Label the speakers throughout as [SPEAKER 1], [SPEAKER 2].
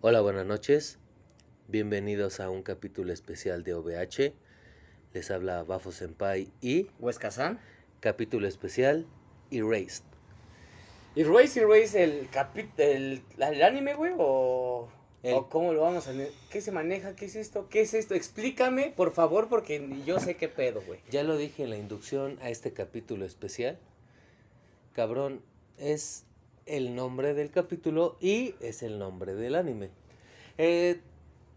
[SPEAKER 1] Hola, buenas noches. Bienvenidos a un capítulo especial de OVH. Les habla Bafo Senpai y
[SPEAKER 2] Huesca-san.
[SPEAKER 1] capítulo especial Erased.
[SPEAKER 2] Erase, Erase, el capi- el, el anime, güey, o,
[SPEAKER 1] El-
[SPEAKER 2] o cómo lo vamos a... ne- ¿Qué se maneja? ¿Qué es esto? ¿Qué es esto? Explícame, por favor, porque ni yo sé qué pedo, güey.
[SPEAKER 1] Ya lo dije en la inducción a este capítulo especial. Cabrón, es el nombre del capítulo y es el nombre del anime. Eh,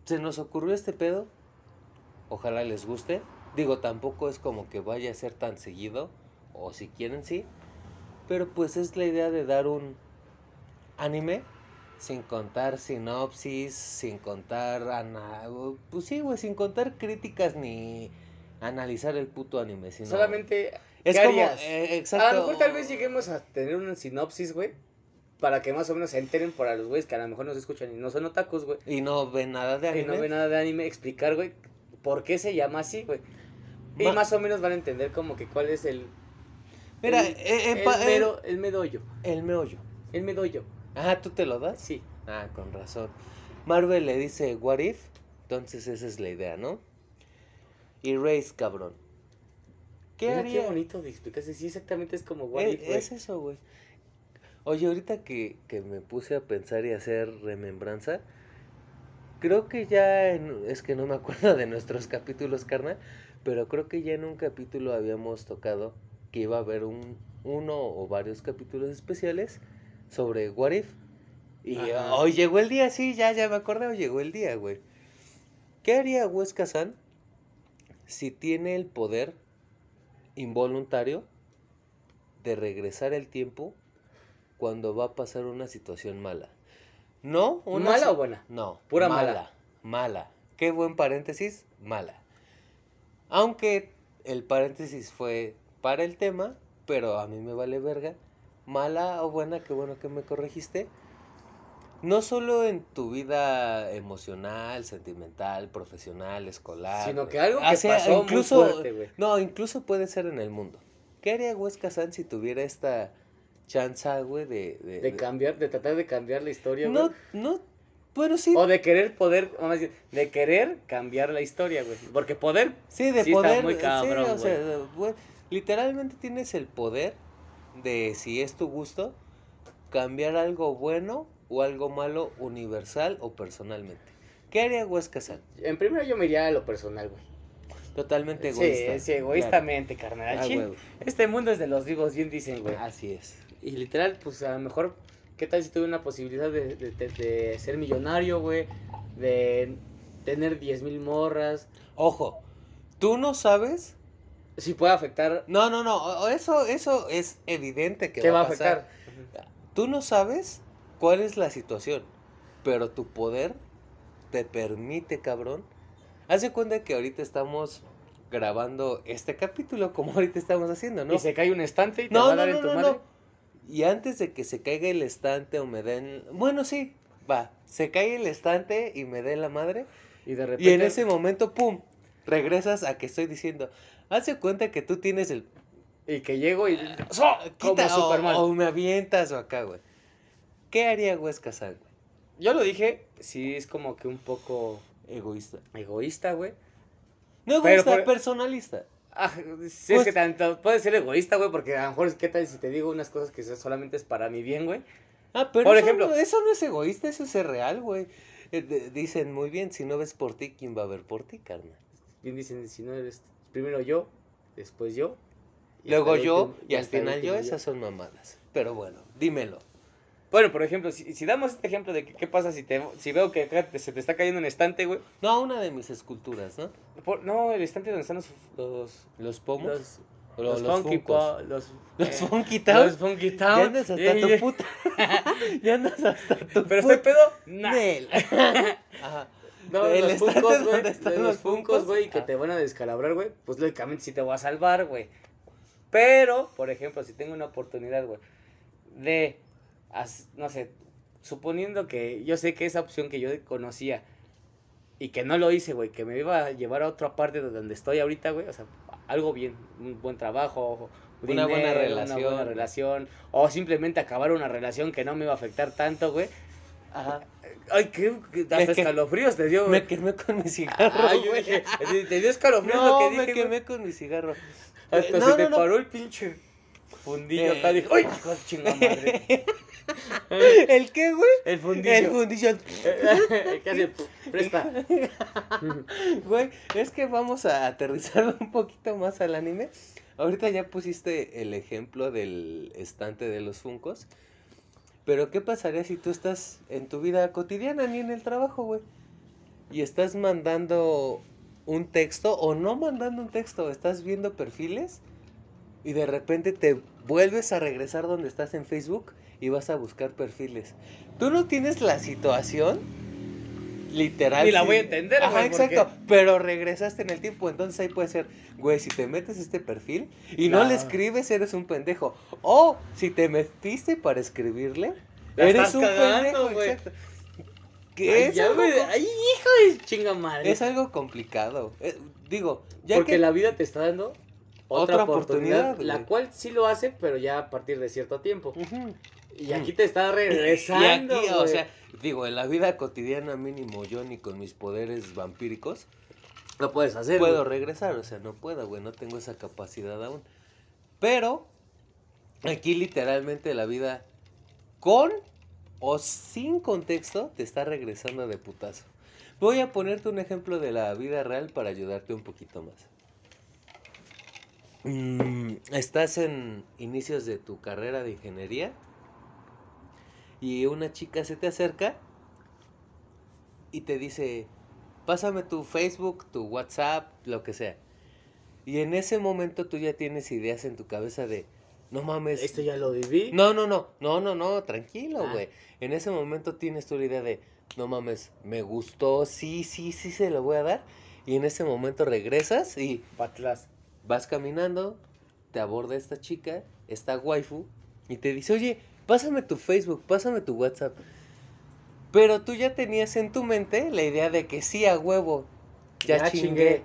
[SPEAKER 1] Se nos ocurrió este pedo. Ojalá les guste. Digo, tampoco es como que vaya a ser tan seguido. O si quieren, sí. Pero pues es la idea de dar un anime. Sin contar sinopsis, sin contar... ana- Pues sí, güey, sin contar críticas ni analizar el puto anime. Sino...
[SPEAKER 2] Solamente,
[SPEAKER 1] Es
[SPEAKER 2] ¿qué
[SPEAKER 1] como,
[SPEAKER 2] harías?
[SPEAKER 1] eh, exacto.
[SPEAKER 2] a lo mejor tal vez lleguemos a tener una sinopsis, güey, para que más o menos se enteren para los güeyes que a lo mejor nos escuchan y no son otakus, güey,
[SPEAKER 1] Y no ven nada de
[SPEAKER 2] que
[SPEAKER 1] anime.
[SPEAKER 2] no ven nada de anime, explicar, güey, por qué se llama así, güey. Y
[SPEAKER 1] Ma-
[SPEAKER 2] más o menos van a entender como que cuál es el...
[SPEAKER 1] Mira,
[SPEAKER 2] el-
[SPEAKER 1] eh, eh,
[SPEAKER 2] el
[SPEAKER 1] pa- eh,
[SPEAKER 2] mero- el medollo,
[SPEAKER 1] el meollo.
[SPEAKER 2] el medollo,
[SPEAKER 1] Ah, ¿tú te lo das?
[SPEAKER 2] sí.
[SPEAKER 1] Ah, con razón. Marvel le dice What If, entonces esa es la idea, ¿no? Y Race, cabrón. ¿Qué
[SPEAKER 2] Mira
[SPEAKER 1] haría?
[SPEAKER 2] Qué bonito de explicarse. Sí, exactamente es como What
[SPEAKER 1] Eh,
[SPEAKER 2] If, güey.
[SPEAKER 1] es eso, güey. Oye, ahorita que, que me puse a pensar y hacer remembranza, creo que ya, en- es que no me acuerdo de nuestros capítulos, carnal, pero creo que ya en un capítulo habíamos tocado que iba a haber un, uno o varios capítulos especiales sobre What If. Y
[SPEAKER 2] Ajá.
[SPEAKER 1] hoy llegó el día, sí, ya, ya me acordé, hoy llegó el día, güey. ¿Qué haría Huesca-san si tiene el poder involuntario de regresar el tiempo cuando va a pasar una situación mala. No, una
[SPEAKER 2] ¿Mala
[SPEAKER 1] si-
[SPEAKER 2] o buena?
[SPEAKER 1] No,
[SPEAKER 2] Pura
[SPEAKER 1] Mala. mala. Qué buen paréntesis, mala. Aunque el paréntesis fue para el tema, pero a mí me vale verga. Mala o buena, qué bueno que me corregiste. No solo en tu vida emocional, sentimental, profesional, escolar.
[SPEAKER 2] Sino
[SPEAKER 1] güey.
[SPEAKER 2] que algo que
[SPEAKER 1] ah, Hacia-
[SPEAKER 2] pasó
[SPEAKER 1] incluso,
[SPEAKER 2] muy fuerte, güey.
[SPEAKER 1] no, incluso puede ser en el mundo. ¿Qué haría Huesca San si tuviera esta chance, güey, de... de-
[SPEAKER 2] De
[SPEAKER 1] de-
[SPEAKER 2] cambiar, de tratar de cambiar la historia, güey.
[SPEAKER 1] eh, No, no, bueno, sí.
[SPEAKER 2] O de querer poder, vamos a decir, de querer cambiar la historia, güey. Porque poder,
[SPEAKER 1] Sí, de
[SPEAKER 2] sí está
[SPEAKER 1] poder...
[SPEAKER 2] muy
[SPEAKER 1] sí,
[SPEAKER 2] cabrón,
[SPEAKER 1] o sea, güey, literalmente tienes el poder de, si es tu gusto, cambiar algo bueno o algo malo universal o personalmente. ¿Qué haría Huesca San?
[SPEAKER 2] en primero yo me iría a lo personal, güey.
[SPEAKER 1] Totalmente egoísta.
[SPEAKER 2] Sí, sí, egoístamente, carnal.
[SPEAKER 1] Claro.
[SPEAKER 2] Al
[SPEAKER 1] Ah,
[SPEAKER 2] chile,
[SPEAKER 1] huevo. Ah.
[SPEAKER 2] este mundo es de los vivos, bien dicen, güey.
[SPEAKER 1] Así es.
[SPEAKER 2] Y literal, pues a lo mejor, ¿qué tal si tuve una posibilidad de, de- de- de ser millonario, güey? De tener 10 mil morras.
[SPEAKER 1] Ojo, tú no sabes
[SPEAKER 2] Si puede afectar,
[SPEAKER 1] No, no, no, o- o eso, eso es evidente que
[SPEAKER 2] ¿qué
[SPEAKER 1] va,
[SPEAKER 2] va a
[SPEAKER 1] pasar.
[SPEAKER 2] afectar?
[SPEAKER 1] Tú no sabes cuál es la situación, pero tu poder te permite, cabrón. Haz de cuenta que ahorita estamos grabando este capítulo como ahorita estamos haciendo, ¿no?
[SPEAKER 2] Y se cae un estante y te va
[SPEAKER 1] No,
[SPEAKER 2] a
[SPEAKER 1] no,
[SPEAKER 2] dar en
[SPEAKER 1] no,
[SPEAKER 2] tu
[SPEAKER 1] no,
[SPEAKER 2] madre.
[SPEAKER 1] no. Y antes de que se caiga el estante o me den... Bueno, sí, va. Se cae el estante y me den la madre.
[SPEAKER 2] Y de repente.
[SPEAKER 1] Y en ese momento, pum, regresas a que estoy diciendo. Haz de cuenta que tú tienes el
[SPEAKER 2] y que llego y.
[SPEAKER 1] Quita,
[SPEAKER 2] Como
[SPEAKER 1] o-
[SPEAKER 2] Superman.
[SPEAKER 1] O, me avientas o acá, güey. ¿Qué haría Huesca San, güey?
[SPEAKER 2] Yo lo dije, sí es como que un poco
[SPEAKER 1] Egoísta.
[SPEAKER 2] egoísta, güey.
[SPEAKER 1] No
[SPEAKER 2] Pero
[SPEAKER 1] egoísta,
[SPEAKER 2] por-
[SPEAKER 1] personalista.
[SPEAKER 2] Ah, sí,
[SPEAKER 1] Pues-
[SPEAKER 2] es que tanto. Puede ser egoísta, güey, porque a lo mejor, ¿qué tal si te digo unas cosas que solamente es para mi bien, güey?
[SPEAKER 1] Ah, pero
[SPEAKER 2] Por
[SPEAKER 1] eso,
[SPEAKER 2] ejemplo-
[SPEAKER 1] no, eso no es egoísta, eso es ser real, güey. Eh, de- dicen muy bien, si no ves por ti, ¿quién va a ver por ti, carnal?
[SPEAKER 2] Bien dicen, si no eres. Primero yo, después yo. y
[SPEAKER 1] Luego
[SPEAKER 2] hasta el
[SPEAKER 1] yo
[SPEAKER 2] último-
[SPEAKER 1] y al
[SPEAKER 2] hasta el
[SPEAKER 1] final yo,
[SPEAKER 2] último
[SPEAKER 1] esas son mamadas. Pero bueno, dímelo.
[SPEAKER 2] Bueno, por ejemplo, si, si damos este ejemplo de que, qué pasa si te si veo que acá te- se te está cayendo un estante, güey.
[SPEAKER 1] No, una de mis esculturas, ¿no?
[SPEAKER 2] Por- no, el estante donde están los. Los,
[SPEAKER 1] Los pomos.
[SPEAKER 2] los,
[SPEAKER 1] o
[SPEAKER 2] los, funky
[SPEAKER 1] Funkos.
[SPEAKER 2] po- los,
[SPEAKER 1] Los
[SPEAKER 2] eh,
[SPEAKER 1] funky town.
[SPEAKER 2] Los Funky
[SPEAKER 1] Ya
[SPEAKER 2] Town. eh,
[SPEAKER 1] andas hasta
[SPEAKER 2] Ey,
[SPEAKER 1] tu
[SPEAKER 2] ey.
[SPEAKER 1] puta. ya andas hasta tu
[SPEAKER 2] Pero
[SPEAKER 1] puta.
[SPEAKER 2] estoy pedo. Nah.
[SPEAKER 1] Nel. Ajá.
[SPEAKER 2] No,
[SPEAKER 1] El
[SPEAKER 2] los
[SPEAKER 1] estante
[SPEAKER 2] funcos,
[SPEAKER 1] donde
[SPEAKER 2] güey.
[SPEAKER 1] están
[SPEAKER 2] de
[SPEAKER 1] los
[SPEAKER 2] Los
[SPEAKER 1] Funkos.
[SPEAKER 2] funcos, güey, que
[SPEAKER 1] Ah.
[SPEAKER 2] te van a descalabrar, güey. Pues lógicamente sí te voy a salvar, güey. Pero, por ejemplo, si tengo una oportunidad, güey, de, as- no sé, suponiendo que yo sé que esa opción que yo conocía y que no lo hice, güey, que me iba a llevar a otra parte de donde estoy ahorita, güey, o sea, algo bien, un buen trabajo,
[SPEAKER 1] Una buena relación.
[SPEAKER 2] una buena relación, o simplemente acabar una relación que no me iba a afectar tanto, güey.
[SPEAKER 1] Ajá.
[SPEAKER 2] Ay, qué, qué- hasta
[SPEAKER 1] Me que-
[SPEAKER 2] escalofríos te dio, güey.
[SPEAKER 1] Me quemé con mi cigarro.
[SPEAKER 2] Ay, yo
[SPEAKER 1] güey.
[SPEAKER 2] dije, te dio escalofríos
[SPEAKER 1] no,
[SPEAKER 2] lo que
[SPEAKER 1] me
[SPEAKER 2] dije,
[SPEAKER 1] quemé
[SPEAKER 2] güey.
[SPEAKER 1] con mi cigarro.
[SPEAKER 2] Hasta
[SPEAKER 1] Eh,
[SPEAKER 2] se te paró el pinche fundillo
[SPEAKER 1] Eh.
[SPEAKER 2] acá, dije, ¡ay, hijo de chingada madre!
[SPEAKER 1] ¿El qué, güey?
[SPEAKER 2] El fundillo.
[SPEAKER 1] El fundillo.
[SPEAKER 2] ¿Qué hace? Presta.
[SPEAKER 1] Güey, es que vamos a aterrizar un poquito más al anime. Ahorita ya pusiste el ejemplo del estante de los funcos. Pero ¿qué pasaría si tú estás en tu vida cotidiana ni en el trabajo, güey? Y estás mandando un texto o no mandando un texto, estás viendo perfiles y de repente te vuelves a regresar donde estás en Facebook y vas a buscar perfiles. Tú no tienes la situación literal.
[SPEAKER 2] Ni la
[SPEAKER 1] sí.
[SPEAKER 2] voy a entender,
[SPEAKER 1] Ajá,
[SPEAKER 2] güey, porque-
[SPEAKER 1] exacto. Pero regresaste en el tiempo, entonces ahí puede ser, güey, si te metes a este perfil y no
[SPEAKER 2] No.
[SPEAKER 1] le escribes, eres un pendejo. O si te metiste para escribirle,
[SPEAKER 2] La
[SPEAKER 1] eres
[SPEAKER 2] estás
[SPEAKER 1] un
[SPEAKER 2] cagando,
[SPEAKER 1] pendejo,
[SPEAKER 2] güey.
[SPEAKER 1] exacto. Que
[SPEAKER 2] Ay,
[SPEAKER 1] es
[SPEAKER 2] ya,
[SPEAKER 1] algo
[SPEAKER 2] güey,
[SPEAKER 1] com-
[SPEAKER 2] ay, hijo de chinga madre.
[SPEAKER 1] es algo complicado. Eh, digo, ya
[SPEAKER 2] Porque
[SPEAKER 1] que
[SPEAKER 2] la vida te está dando otra,
[SPEAKER 1] Otra
[SPEAKER 2] oportunidad,
[SPEAKER 1] oportunidad,
[SPEAKER 2] la
[SPEAKER 1] güey.
[SPEAKER 2] cual sí lo hace, pero ya a partir de cierto tiempo.
[SPEAKER 1] Ujú.
[SPEAKER 2] Y aquí te está regresando.
[SPEAKER 1] Mm. Y aquí, o
[SPEAKER 2] güey.
[SPEAKER 1] sea, digo, en la vida cotidiana mínimo yo ni con mis poderes vampíricos
[SPEAKER 2] lo puedes hacer.
[SPEAKER 1] puedo
[SPEAKER 2] güey.
[SPEAKER 1] regresar, o sea, no puedo, güey, no tengo esa capacidad aún. Pero aquí literalmente la vida con o sin contexto te está regresando de putazo. Voy a ponerte un ejemplo de la vida real para ayudarte un poquito más. Mm, estás en inicios de tu carrera de ingeniería y una chica se te acerca y te dice, pásame tu Facebook, tu WhatsApp, lo que sea. Y en ese momento tú ya tienes ideas en tu cabeza de, no mames,
[SPEAKER 2] Esto ya lo viví.
[SPEAKER 1] no, no, no, no, no, no, tranquilo,
[SPEAKER 2] Este Ah.
[SPEAKER 1] güey. En ese momento tienes tú la idea de, no mames, me gustó, sí, sí, sí se lo voy a dar. Y en ese momento regresas y
[SPEAKER 2] Patlas.
[SPEAKER 1] vas caminando, te aborda esta chica, esta waifu, y te dice, oye, pásame tu Facebook, pásame tu WhatsApp. Pero tú ya tenías en tu mente la idea de que sí, a huevo, ya, chingué.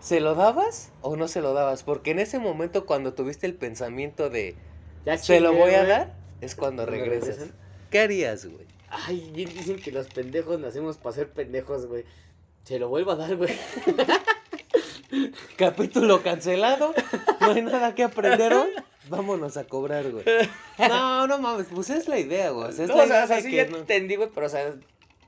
[SPEAKER 1] ¿Se lo dabas o no se lo dabas? Porque en ese momento cuando tuviste el pensamiento de...
[SPEAKER 2] Ya
[SPEAKER 1] Se lo
[SPEAKER 2] chingué,
[SPEAKER 1] voy a
[SPEAKER 2] güey.
[SPEAKER 1] dar, es cuando
[SPEAKER 2] ¿Cuando
[SPEAKER 1] regresas.
[SPEAKER 2] regresan?
[SPEAKER 1] ¿Qué harías, güey?
[SPEAKER 2] Ay, bien dicen que los pendejos nacemos para ser pendejos, güey. Se lo vuelvo a dar, güey.
[SPEAKER 1] Capítulo cancelado, no hay nada que aprender hoy, vámonos a cobrar, güey. No, no mames, pues es la idea, güey. o sea, es
[SPEAKER 2] No,
[SPEAKER 1] la
[SPEAKER 2] o sea,
[SPEAKER 1] idea
[SPEAKER 2] o sea,
[SPEAKER 1] de
[SPEAKER 2] sí
[SPEAKER 1] que
[SPEAKER 2] ya
[SPEAKER 1] no-
[SPEAKER 2] te entendí, güey, pero o sea,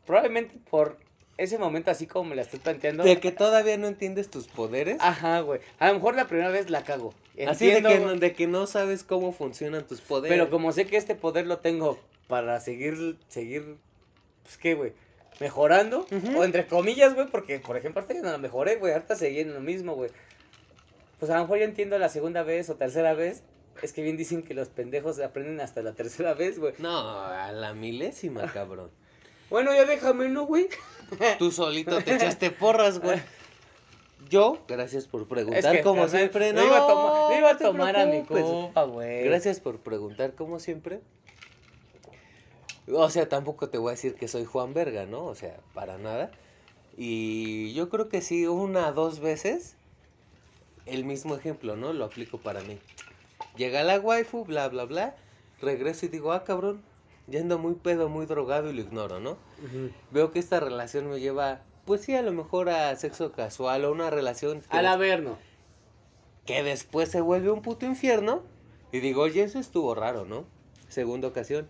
[SPEAKER 2] probablemente por ese momento así como me la estoy planteando.
[SPEAKER 1] de que todavía no entiendes tus poderes.
[SPEAKER 2] Ajá, güey. A lo mejor la primera vez la cago.
[SPEAKER 1] así de
[SPEAKER 2] Ah, Entiendo,
[SPEAKER 1] que,
[SPEAKER 2] güey,
[SPEAKER 1] no, de que no sabes cómo funcionan tus poderes.
[SPEAKER 2] Pero como sé que este poder lo tengo para seguir, seguir, pues qué, güey, mejorando,
[SPEAKER 1] Ujú.
[SPEAKER 2] o entre comillas, güey, porque, por ejemplo, ahorita yo no la mejoré, güey, ahorita seguí en lo mismo, güey. Pues a lo mejor yo entiendo la segunda vez o tercera vez, es que bien dicen que los pendejos aprenden hasta la tercera vez, güey.
[SPEAKER 1] No, a la milésima, cabrón.
[SPEAKER 2] Bueno, ya déjame, ¿no, güey?
[SPEAKER 1] Tú solito te echaste porras, güey. Yo, gracias por preguntar, como
[SPEAKER 2] carnal,
[SPEAKER 1] siempre.
[SPEAKER 2] le iba a, toma- le iba a
[SPEAKER 1] no te
[SPEAKER 2] tomar a mi
[SPEAKER 1] preocupes.
[SPEAKER 2] copa, güey.
[SPEAKER 1] Gracias por preguntar, como siempre. O sea, tampoco te voy a decir que soy Juan Verga, ¿no? O sea, para nada. Y yo creo que sí, una dos veces, el mismo ejemplo, ¿no? Lo aplico para mí. Llega la waifu, bla, bla, bla. Regreso y digo, ah, cabrón, ya ando muy pedo, muy drogado y lo ignoro, ¿no?
[SPEAKER 2] Ujú.
[SPEAKER 1] Veo que esta relación me lleva, pues sí, a lo mejor a sexo casual o una relación... que
[SPEAKER 2] Al averno.
[SPEAKER 1] que después se vuelve un puto infierno. Y digo, oye, eso estuvo raro, ¿no? Segunda ocasión.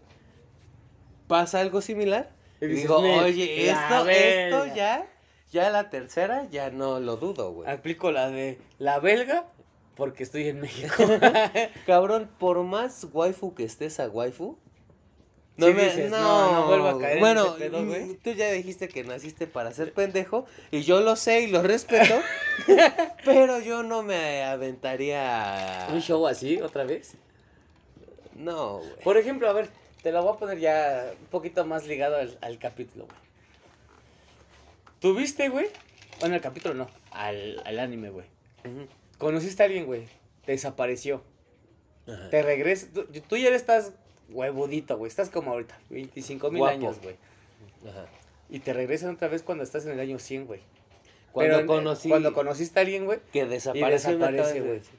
[SPEAKER 1] Pasa algo similar.
[SPEAKER 2] Y
[SPEAKER 1] Y
[SPEAKER 2] dices,
[SPEAKER 1] digo,
[SPEAKER 2] "Me-
[SPEAKER 1] oye,
[SPEAKER 2] la
[SPEAKER 1] esto, esto
[SPEAKER 2] verga".
[SPEAKER 1] ya, ya la tercera, ya no lo dudo, güey.
[SPEAKER 2] Aplico la de la belga porque estoy en México.
[SPEAKER 1] Cabrón, por más waifu que estés a waifu.
[SPEAKER 2] Sí dices, "No, no vuelvo a caer en
[SPEAKER 1] Bueno,
[SPEAKER 2] ese pedo, güey".
[SPEAKER 1] mm, tú ya dijiste que naciste para ser pendejo. Y yo lo sé y lo respeto. pero yo no me aventaría.
[SPEAKER 2] Un show así, otra vez.
[SPEAKER 1] No, güey.
[SPEAKER 2] Por ejemplo, a ver, te la voy a poner ya un poquito más ligado al, al capítulo, güey. ¿Tuviste, güey? Bueno, al capítulo no, al, al anime, güey.
[SPEAKER 1] Ujú.
[SPEAKER 2] Conociste a alguien, güey. Desapareció.
[SPEAKER 1] Ajá.
[SPEAKER 2] Te regresa. Tú, tú ya estás huevudito, güey. Estás como ahorita, 25 mil
[SPEAKER 1] Guapo.
[SPEAKER 2] años, güey.
[SPEAKER 1] Ajá.
[SPEAKER 2] Y te regresan otra vez cuando estás en el año 100, güey.
[SPEAKER 1] Cuando
[SPEAKER 2] Pero, eh,
[SPEAKER 1] conocí
[SPEAKER 2] Cuando conociste a alguien, güey.
[SPEAKER 1] que desapareció,
[SPEAKER 2] y
[SPEAKER 1] me acabas
[SPEAKER 2] desaparece,
[SPEAKER 1] de
[SPEAKER 2] güey.
[SPEAKER 1] decir.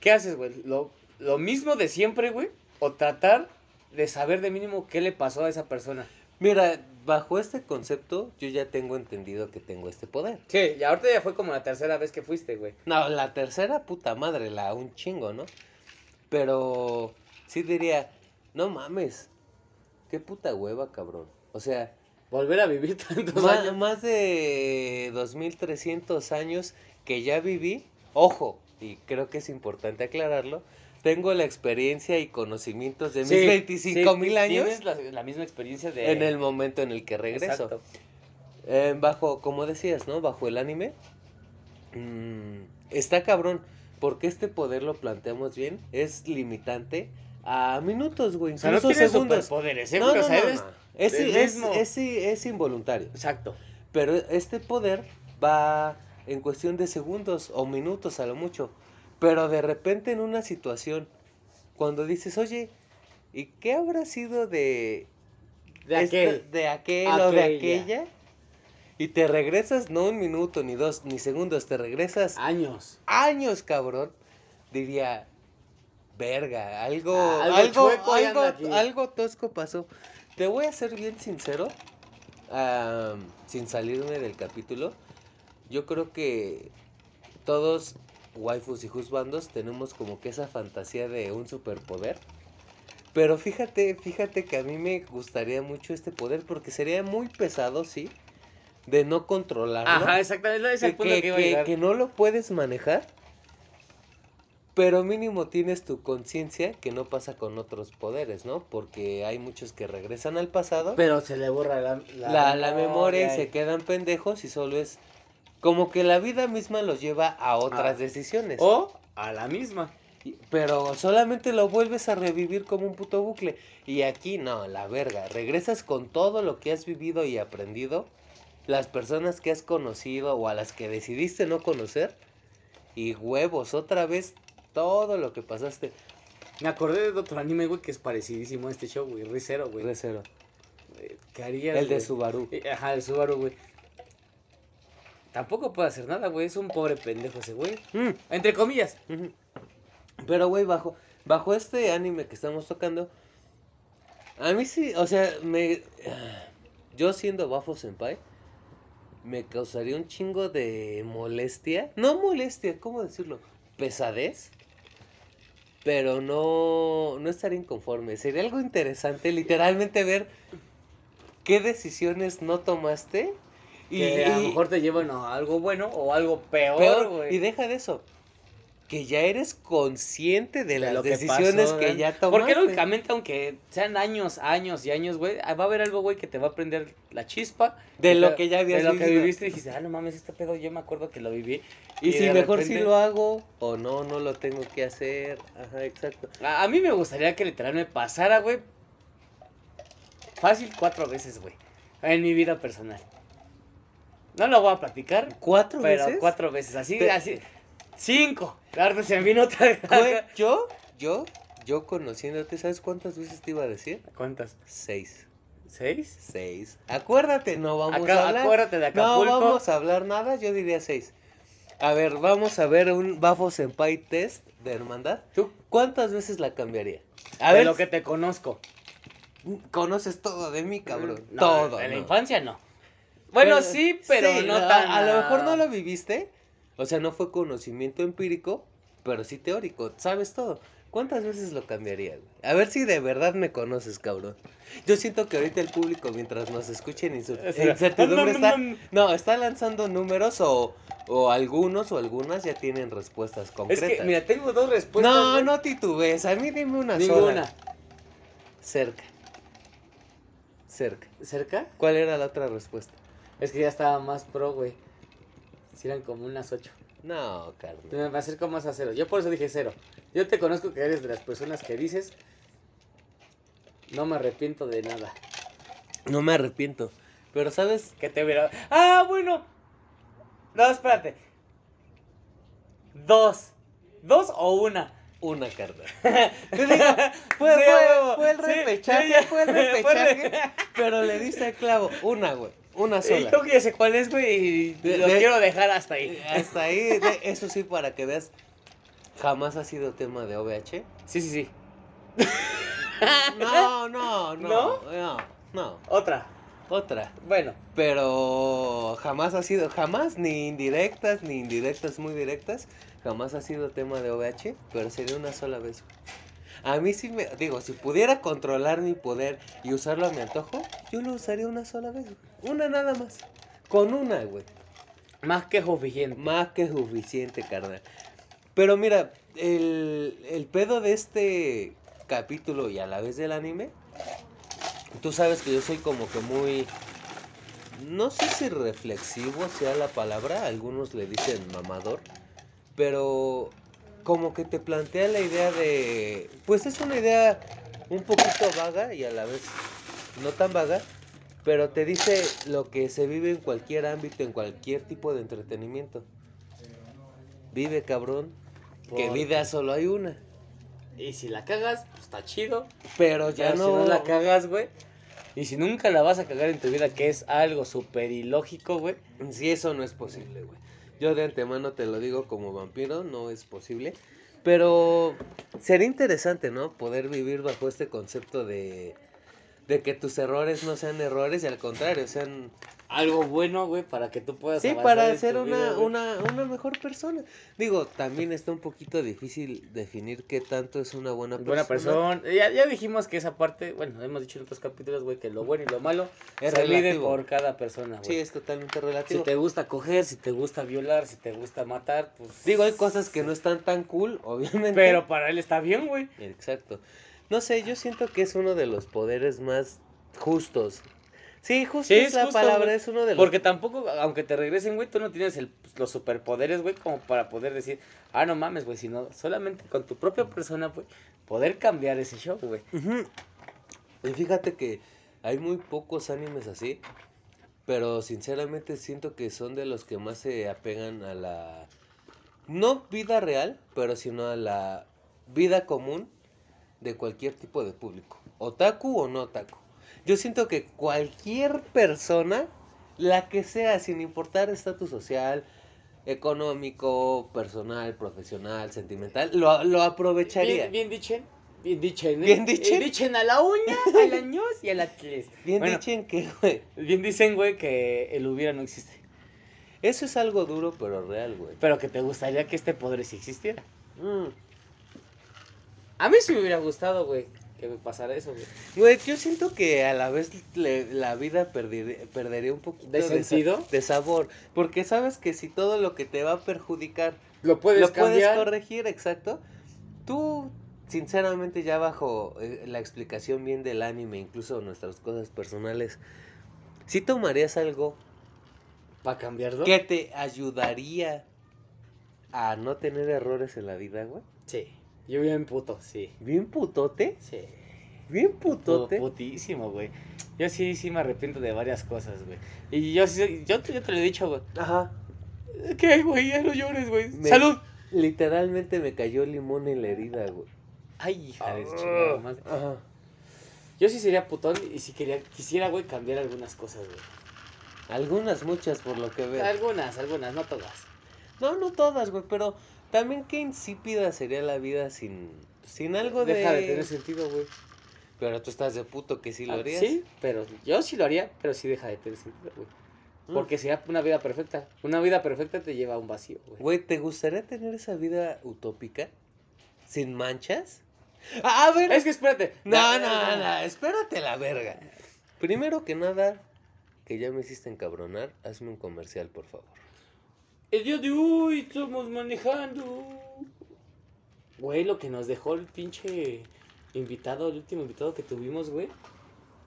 [SPEAKER 2] ¿Qué haces, güey? Lo, lo mismo de siempre, güey. O tratar de saber de mínimo qué le pasó a esa persona.
[SPEAKER 1] Mira, bajo este concepto, yo ya tengo entendido que tengo este poder.
[SPEAKER 2] Sí, y ahorita ya fue como la tercera vez que fuiste, güey.
[SPEAKER 1] No, la tercera puta madre, la un chingo, ¿no? Pero sí diría, no mames, qué puta hueva, cabrón. O sea,
[SPEAKER 2] Volver a vivir tantos
[SPEAKER 1] ma-
[SPEAKER 2] años.
[SPEAKER 1] más de 2300 años que ya viví, ojo, y creo que es importante aclararlo, tengo la experiencia y conocimientos de mis
[SPEAKER 2] Sí,
[SPEAKER 1] 25 mil
[SPEAKER 2] sí,
[SPEAKER 1] años
[SPEAKER 2] Tienes la, la misma experiencia de.
[SPEAKER 1] en el momento en el que regreso.
[SPEAKER 2] Exacto.
[SPEAKER 1] Eh, bajo, como decías, ¿no? Bajo el anime. mm, está cabrón. Porque este poder lo planteamos bien. Es limitante a minutos, güey.
[SPEAKER 2] O sea, no
[SPEAKER 1] Incluso
[SPEAKER 2] tienes
[SPEAKER 1] segundos.
[SPEAKER 2] superpoderes, ¿eh?
[SPEAKER 1] No,
[SPEAKER 2] güey?
[SPEAKER 1] no,
[SPEAKER 2] o sea,
[SPEAKER 1] no,
[SPEAKER 2] eres-
[SPEAKER 1] no. Es,
[SPEAKER 2] del
[SPEAKER 1] es-
[SPEAKER 2] mismo.
[SPEAKER 1] es- es involuntario.
[SPEAKER 2] Exacto.
[SPEAKER 1] Pero este poder va en cuestión de segundos o minutos a lo mucho. Pero de repente en una situación, cuando dices, oye, ¿y qué habrá sido de
[SPEAKER 2] De
[SPEAKER 1] esta-
[SPEAKER 2] aquel.
[SPEAKER 1] de aquel o de
[SPEAKER 2] Aquella.
[SPEAKER 1] aquella. Y te regresas no un minuto, ni dos, ni segundos, te regresas
[SPEAKER 2] Años.
[SPEAKER 1] años, cabrón. Diría, verga, algo,
[SPEAKER 2] Ah, algo
[SPEAKER 1] algo,
[SPEAKER 2] chueco ahí
[SPEAKER 1] algo,
[SPEAKER 2] anda aquí".
[SPEAKER 1] algo tosco pasó. Te voy a ser bien sincero, am, sin salirme del capítulo. Yo creo que todos, waifus y juzbandos, tenemos como que esa fantasía de un superpoder. Pero fíjate, fíjate que a mí me gustaría mucho este poder porque sería muy pesado, sí, de no controlarlo
[SPEAKER 2] Ajá, exactamente. Es el
[SPEAKER 1] que,
[SPEAKER 2] punto que,
[SPEAKER 1] que-
[SPEAKER 2] iba a llegar.
[SPEAKER 1] que no lo puedes manejar, pero mínimo tienes tu conciencia que no pasa con otros poderes, ¿no? Porque hay muchos que regresan al pasado,
[SPEAKER 2] Pero se le borra la,
[SPEAKER 1] la, la memoria y se
[SPEAKER 2] y-
[SPEAKER 1] quedan pendejos y solo es como que la vida misma los lleva a otras
[SPEAKER 2] Ah.
[SPEAKER 1] decisiones.
[SPEAKER 2] O a la misma.
[SPEAKER 1] Y- Pero solamente lo vuelves a revivir como un puto bucle. Y aquí no, la verga. Regresas con todo lo que has vivido y aprendido, las personas que has conocido o a las que decidiste no conocer, y huevos, otra vez todo lo que pasaste.
[SPEAKER 2] Me acordé de otro anime, güey, que es parecidísimo a este show, güey. Rizero, güey.
[SPEAKER 1] Recero.
[SPEAKER 2] Eh, ¿Qué harías?
[SPEAKER 1] El de
[SPEAKER 2] güey?
[SPEAKER 1] Subaru.
[SPEAKER 2] Eh, Ajá, el Subaru, güey. Tampoco puede hacer nada, güey. Es un pobre pendejo ese, güey.
[SPEAKER 1] Mm.
[SPEAKER 2] Entre comillas.
[SPEAKER 1] Ujú. Pero, güey, bajo, bajo este anime que estamos tocando, a mí sí, o sea, me. Yo siendo Bafo Senpai, me causaría un chingo de molestia. No molestia, ¿cómo decirlo? Pesadez. Pero no, no estaría inconforme. Sería algo interesante, literalmente, ver qué decisiones no tomaste. Y,
[SPEAKER 2] que a lo
[SPEAKER 1] y-
[SPEAKER 2] mejor te llevan a algo bueno o algo peor,
[SPEAKER 1] peor,
[SPEAKER 2] güey.
[SPEAKER 1] y deja de eso. Que ya eres consciente de, las
[SPEAKER 2] lo que
[SPEAKER 1] decisiones
[SPEAKER 2] pasó,
[SPEAKER 1] que
[SPEAKER 2] Dan.
[SPEAKER 1] ya tomaste.
[SPEAKER 2] Porque lógicamente, aunque sean años, años y años, güey, ah, va a haber algo, güey, que te va a prender la chispa.
[SPEAKER 1] De
[SPEAKER 2] Y
[SPEAKER 1] lo
[SPEAKER 2] te-
[SPEAKER 1] que ya habías
[SPEAKER 2] De lo que
[SPEAKER 1] vivido.
[SPEAKER 2] viviste y dijiste, ah, no mames, este pedo yo me acuerdo que lo viví.
[SPEAKER 1] Y,
[SPEAKER 2] y
[SPEAKER 1] si
[SPEAKER 2] de
[SPEAKER 1] mejor
[SPEAKER 2] repente-
[SPEAKER 1] sí lo hago o no, no lo tengo que hacer. Ajá, exacto.
[SPEAKER 2] A, a mí me gustaría que literal me pasara, güey. Fácil cuatro veces, güey. En mi vida personal. No lo voy a platicar,
[SPEAKER 1] ¿Cuatro
[SPEAKER 2] pero
[SPEAKER 1] veces?
[SPEAKER 2] cuatro veces. Así,
[SPEAKER 1] Te-
[SPEAKER 2] así. Cinco. Claro, se me vino otra
[SPEAKER 1] Güey,
[SPEAKER 2] vez.
[SPEAKER 1] yo, yo, yo conociéndote, ¿sabes cuántas veces te iba a decir?
[SPEAKER 2] ¿Cuántas?
[SPEAKER 1] Seis.
[SPEAKER 2] ¿Seis?
[SPEAKER 1] Seis. Acuérdate, no vamos
[SPEAKER 2] Acá-
[SPEAKER 1] a hablar.
[SPEAKER 2] acuérdate de Acapulco.
[SPEAKER 1] No vamos a hablar nada, yo diría seis. A ver, vamos a ver un Bafo Senpai test de hermandad.
[SPEAKER 2] Tú,
[SPEAKER 1] ¿Cuántas veces la cambiaría?
[SPEAKER 2] a
[SPEAKER 1] A ver,
[SPEAKER 2] lo que te conozco.
[SPEAKER 1] conoces todo de mí, cabrón.
[SPEAKER 2] Mm, No,
[SPEAKER 1] todo.
[SPEAKER 2] En la
[SPEAKER 1] no.
[SPEAKER 2] infancia no. Bueno,
[SPEAKER 1] Pero-
[SPEAKER 2] sí, pero
[SPEAKER 1] sí,
[SPEAKER 2] no
[SPEAKER 1] a-
[SPEAKER 2] tan.
[SPEAKER 1] A lo mejor no lo viviste. O sea, no fue conocimiento empírico, pero sí teórico. Sabes todo. ¿Cuántas veces lo cambiaría? güey? A ver si de verdad me conoces, cabrón. Yo siento que ahorita el público, mientras nos escuchen,
[SPEAKER 2] O sea,
[SPEAKER 1] incertidumbre
[SPEAKER 2] no, no,
[SPEAKER 1] está.
[SPEAKER 2] no, no.
[SPEAKER 1] No, está lanzando números o, o algunos o algunas ya tienen respuestas
[SPEAKER 2] Es
[SPEAKER 1] concretas.
[SPEAKER 2] que, mira, tengo dos respuestas.
[SPEAKER 1] no,
[SPEAKER 2] güey.
[SPEAKER 1] no titubes. A mí dime una sola.
[SPEAKER 2] Ninguna.
[SPEAKER 1] Cerca. Cerca.
[SPEAKER 2] ¿Cerca?
[SPEAKER 1] ¿Cuál era la otra respuesta?
[SPEAKER 2] Es que ya estaba más pro, güey. Si eran como unas ocho.
[SPEAKER 1] No, carnal.
[SPEAKER 2] Me acerco más a cero. Yo por eso dije cero. Yo te conozco que eres de las personas que dices. No me arrepiento de nada.
[SPEAKER 1] No me arrepiento. Pero sabes,
[SPEAKER 2] Que te hubiera. ¡Ah, bueno! No, espérate. Dos. ¿Dos o una?
[SPEAKER 1] una carnal.
[SPEAKER 2] Te
[SPEAKER 1] digo, Fue,
[SPEAKER 2] Sí,
[SPEAKER 1] fue,
[SPEAKER 2] a huevo.
[SPEAKER 1] fue el
[SPEAKER 2] Sí,
[SPEAKER 1] repechaje,
[SPEAKER 2] sí, ya.
[SPEAKER 1] fue el
[SPEAKER 2] Fue el re-
[SPEAKER 1] repechaje. pero le diste el clavo. Una, güey. Una sola.
[SPEAKER 2] Yo que ya sé cuál es, güey, y
[SPEAKER 1] De-
[SPEAKER 2] lo
[SPEAKER 1] de-
[SPEAKER 2] quiero dejar hasta ahí.
[SPEAKER 1] Hasta ahí, de- eso sí, para que veas. Jamás ha sido tema de OVH.
[SPEAKER 2] Sí, sí, sí.
[SPEAKER 1] No, no, no.
[SPEAKER 2] ¿No?
[SPEAKER 1] No, no.
[SPEAKER 2] Otra.
[SPEAKER 1] otra.
[SPEAKER 2] Bueno,
[SPEAKER 1] Pero jamás ha sido, jamás, ni indirectas, ni indirectas muy directas, jamás ha sido tema de OVH, pero sería una sola vez. A mí sí me, digo, si pudiera controlar mi poder y usarlo a mi antojo, yo lo usaría una sola vez, güey. una nada más. Con una, güey.
[SPEAKER 2] más que suficiente.
[SPEAKER 1] Más que suficiente, carnal. Pero mira, el, el pedo de este capítulo y a la vez del anime, tú sabes que yo soy como que muy... No sé si reflexivo sea la palabra, algunos le dicen mamador, pero como que te plantea la idea de... Pues es una idea un poquito vaga y a la vez no tan vaga, pero te dice lo que se vive en cualquier ámbito, en cualquier tipo de entretenimiento. Vive, cabrón. Que
[SPEAKER 2] Porque-
[SPEAKER 1] vida solo hay una.
[SPEAKER 2] Y si la cagas, pues está chido.
[SPEAKER 1] Pero
[SPEAKER 2] Pues Ya
[SPEAKER 1] ya no.
[SPEAKER 2] si no la cagas, güey. Y si nunca la vas a cagar en tu vida, que es algo súper ilógico, güey.
[SPEAKER 1] Si eso no es posible, güey. Yo de antemano te lo digo como vampiro, no es posible. Pero sería interesante, ¿no? Poder vivir bajo este concepto de, de que tus errores no sean errores y al contrario, sean...
[SPEAKER 2] Algo bueno, güey, para que tú puedas
[SPEAKER 1] Sí,
[SPEAKER 2] avanzar
[SPEAKER 1] para
[SPEAKER 2] en
[SPEAKER 1] ser
[SPEAKER 2] tu vida,
[SPEAKER 1] una,
[SPEAKER 2] güey.
[SPEAKER 1] una, una mejor persona. Digo, también está un poquito difícil definir qué tanto es una buena persona.
[SPEAKER 2] buena persona. Ya, ya dijimos que esa parte, bueno, hemos dicho en otros capítulos, güey, que lo bueno y lo malo
[SPEAKER 1] Es
[SPEAKER 2] se mide
[SPEAKER 1] relativo.
[SPEAKER 2] por cada persona,
[SPEAKER 1] Sí,
[SPEAKER 2] güey.
[SPEAKER 1] es totalmente
[SPEAKER 2] si
[SPEAKER 1] relativo.
[SPEAKER 2] te gusta coger, si te gusta violar, si te gusta matar, pues...
[SPEAKER 1] Digo, hay cosas que no están tan cool, obviamente.
[SPEAKER 2] Pero para él está bien, güey.
[SPEAKER 1] Exacto. No sé, yo siento que es uno de los poderes más justos. Sí, justo
[SPEAKER 2] Sí,
[SPEAKER 1] es,
[SPEAKER 2] es
[SPEAKER 1] la
[SPEAKER 2] justo,
[SPEAKER 1] palabra,
[SPEAKER 2] güey.
[SPEAKER 1] es uno de los...
[SPEAKER 2] Porque tampoco, aunque te regresen, güey, tú no tienes el- pues, los superpoderes, güey, como para poder decir, ah, no mames, güey, sino solamente con tu propia persona, güey, poder cambiar ese show, güey.
[SPEAKER 1] Ujú. Y fíjate que hay muy pocos animes así, pero sinceramente siento que son de los que más se apegan a la... No vida real, pero sino a la vida común de cualquier tipo de público. Otaku o no otaku. Yo siento que cualquier persona, la que sea, sin importar estatus social, económico, personal, profesional, sentimental, lo, lo aprovecharía.
[SPEAKER 2] Bien, bien dichen, bien dichen, ¿eh?
[SPEAKER 1] Bien dichen.
[SPEAKER 2] Eh, a la uña, a la ñoz y a la tles.
[SPEAKER 1] Bien
[SPEAKER 2] Bueno,
[SPEAKER 1] dicho en que, güey.
[SPEAKER 2] Bien dicen, güey, que el hubiera no existe.
[SPEAKER 1] Eso es algo duro pero real, güey.
[SPEAKER 2] Pero que te gustaría que este poder sí existiera.
[SPEAKER 1] Mm.
[SPEAKER 2] A mí sí me hubiera gustado, güey, que me pasara eso, güey.
[SPEAKER 1] Güey, yo siento que a la vez le- la vida perdir- perdería un poquito
[SPEAKER 2] ¿De
[SPEAKER 1] sa-
[SPEAKER 2] sentido?
[SPEAKER 1] de sabor. Porque sabes que si todo lo que te va a perjudicar
[SPEAKER 2] Lo puedes
[SPEAKER 1] lo puedes
[SPEAKER 2] cambiar.
[SPEAKER 1] corregir, exacto. Tú, sinceramente, ya bajo eh, la explicación bien del anime, incluso nuestras cosas personales, si tomarías algo
[SPEAKER 2] ¿Para cambiarlo?
[SPEAKER 1] que te ayudaría a no tener errores en la vida, güey.
[SPEAKER 2] Sí. Yo bien puto, sí.
[SPEAKER 1] Bien putote,
[SPEAKER 2] Sí.
[SPEAKER 1] bien
[SPEAKER 2] Todo
[SPEAKER 1] putote.
[SPEAKER 2] putísimo, güey. Yo sí, sí me arrepiento de varias cosas, güey. Y yo sí, yo, te- yo te lo he dicho, güey.
[SPEAKER 1] Ajá.
[SPEAKER 2] ¿Qué, güey? Ya no llores, güey.
[SPEAKER 1] Me-
[SPEAKER 2] ¡Salud!
[SPEAKER 1] Literalmente me cayó limón en la herida, güey. Oh.
[SPEAKER 2] Ay, hija de
[SPEAKER 1] Ah.
[SPEAKER 2] chingada madre.
[SPEAKER 1] Ajá.
[SPEAKER 2] Yo sí sería putón y si quería, quisiera, güey, cambiar algunas cosas, güey.
[SPEAKER 1] Algunas, muchas, por lo que veo.
[SPEAKER 2] Algunas, algunas, no todas.
[SPEAKER 1] No, no todas, güey, pero también qué insípida sería la vida sin, sin algo de...
[SPEAKER 2] Deja de tener sentido, güey.
[SPEAKER 1] Pero tú estás de puto que sí lo
[SPEAKER 2] Ah,
[SPEAKER 1] harías.
[SPEAKER 2] Sí, pero yo sí lo haría, pero sí deja de tener sentido, güey.
[SPEAKER 1] Mm.
[SPEAKER 2] Porque sería una vida perfecta. Una vida perfecta te lleva a un vacío, güey.
[SPEAKER 1] Güey, ¿te gustaría tener esa vida utópica? ¿Sin manchas? A a ver...
[SPEAKER 2] Es que espérate.
[SPEAKER 1] No, no, no, espérate la verga. Primero que nada, que ya me hiciste encabronar, hazme un comercial, por favor.
[SPEAKER 2] El día de hoy estamos manejando. Güey, lo que nos dejó el pinche invitado, el último invitado que tuvimos, güey.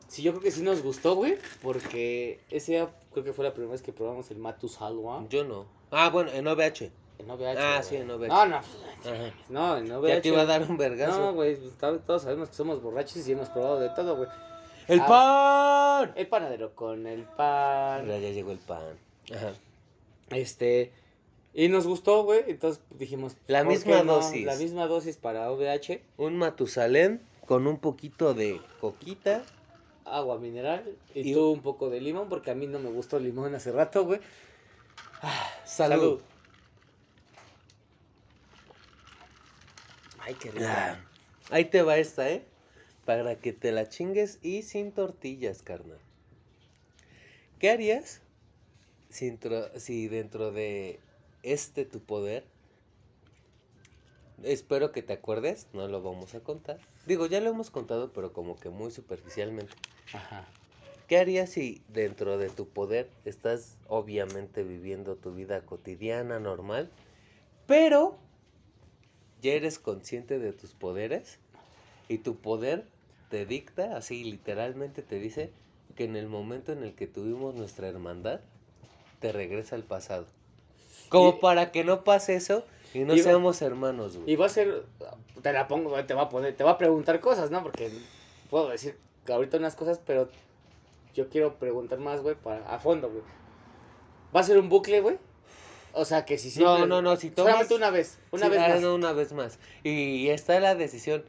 [SPEAKER 2] Sí, yo creo que sí nos gustó, güey. Porque ese día creo que fue la primera vez que probamos el Matus Halwa.
[SPEAKER 1] Yo no. Ah, bueno, en OVH.
[SPEAKER 2] En OVH.
[SPEAKER 1] Ah,
[SPEAKER 2] güey.
[SPEAKER 1] sí, en OVH.
[SPEAKER 2] No, no.
[SPEAKER 1] Ajá.
[SPEAKER 2] No, en OVH.
[SPEAKER 1] Ya te iba a dar un vergazo.
[SPEAKER 2] No, güey, pues, tal- todos sabemos que somos borrachos y hemos probado de todo, güey.
[SPEAKER 1] ¡El pan!
[SPEAKER 2] El panadero con el pan.
[SPEAKER 1] Ahora Ah, ya llegó el pan. Ajá.
[SPEAKER 2] Este. Y nos gustó, güey. Entonces dijimos.
[SPEAKER 1] La
[SPEAKER 2] ¿por
[SPEAKER 1] misma
[SPEAKER 2] qué no?
[SPEAKER 1] dosis.
[SPEAKER 2] La misma dosis para OVH,
[SPEAKER 1] Un Matusalén con un poquito de coquita.
[SPEAKER 2] agua mineral y,
[SPEAKER 1] Y-
[SPEAKER 2] tú un poco de limón, porque a mí no me gustó el limón hace rato, güey.
[SPEAKER 1] Salud.
[SPEAKER 2] Ay, qué rico.
[SPEAKER 1] Ah. Ahí te va esta, ¿eh? Para que te la chingues y sin tortillas, carnal. ¿Qué harías si, intro- si dentro de este tu poder, espero que te acuerdes, no lo vamos a contar. Digo, ya lo hemos contado, pero como que muy superficialmente.
[SPEAKER 2] Ajá.
[SPEAKER 1] ¿Qué harías si dentro de tu poder estás obviamente viviendo tu vida cotidiana, normal, pero ya eres consciente de tus poderes y tu poder te dicta, así literalmente te dice que en el momento en el que tuvimos nuestra hermandad, te regresa al pasado. Como
[SPEAKER 2] Y-
[SPEAKER 1] para que no pase eso y no
[SPEAKER 2] y-
[SPEAKER 1] seamos hermanos, güey.
[SPEAKER 2] Y va a ser, te la pongo, te va a poner, te va a preguntar cosas, ¿no? Porque puedo decir ahorita unas cosas, pero yo quiero preguntar más, güey, para, a fondo, güey. ¿Va a ser un bucle, güey? O sea, que si siempre...
[SPEAKER 1] No, no, no, si tomas...
[SPEAKER 2] Solamente una vez, una
[SPEAKER 1] Sí,
[SPEAKER 2] vez
[SPEAKER 1] ah,
[SPEAKER 2] más.
[SPEAKER 1] no, una vez más. Y está la decisión.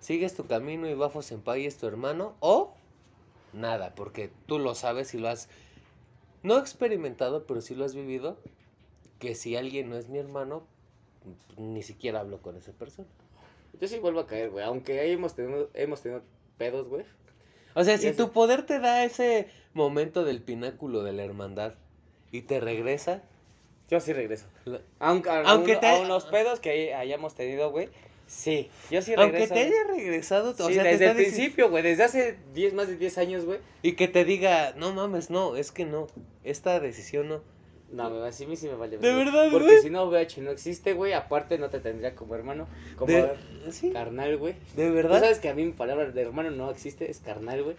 [SPEAKER 1] ¿Sigues tu camino y Bafo Senpai es tu hermano? O nada, porque tú lo sabes y lo has... No experimentado, pero sí lo has vivido. Que si alguien no es mi hermano, ni siquiera hablo con esa persona.
[SPEAKER 2] Yo sí vuelvo a caer, güey, aunque ahí hemos tenido, hemos tenido pedos, güey.
[SPEAKER 1] O sea,
[SPEAKER 2] Y
[SPEAKER 1] si
[SPEAKER 2] ese-
[SPEAKER 1] tu poder te da ese momento del pináculo de la hermandad y te regresa...
[SPEAKER 2] Yo sí regreso.
[SPEAKER 1] la-
[SPEAKER 2] Aunque, a
[SPEAKER 1] Aunque
[SPEAKER 2] uno-
[SPEAKER 1] te-
[SPEAKER 2] a unos pedos que ahí hayamos tenido, güey. Sí, yo sí regreso.
[SPEAKER 1] Aunque te
[SPEAKER 2] güey.
[SPEAKER 1] haya regresado, o
[SPEAKER 2] Sí,
[SPEAKER 1] sea, te
[SPEAKER 2] desde
[SPEAKER 1] está
[SPEAKER 2] el
[SPEAKER 1] dici-
[SPEAKER 2] principio, güey, desde hace 10, más de 10 años, güey.
[SPEAKER 1] Y que te diga, no mames, no, es que no, esta decisión no.
[SPEAKER 2] No, me, así a mí sí me vale.
[SPEAKER 1] ¿De
[SPEAKER 2] güey.
[SPEAKER 1] verdad,
[SPEAKER 2] Porque
[SPEAKER 1] güey?
[SPEAKER 2] si no, VH no existe, güey. Aparte, no te tendría como hermano, como
[SPEAKER 1] De, sí,
[SPEAKER 2] carnal, güey.
[SPEAKER 1] de
[SPEAKER 2] ¿Tú
[SPEAKER 1] verdad.
[SPEAKER 2] sabes que a mí mi palabra de hermano no existe? Es carnal, güey.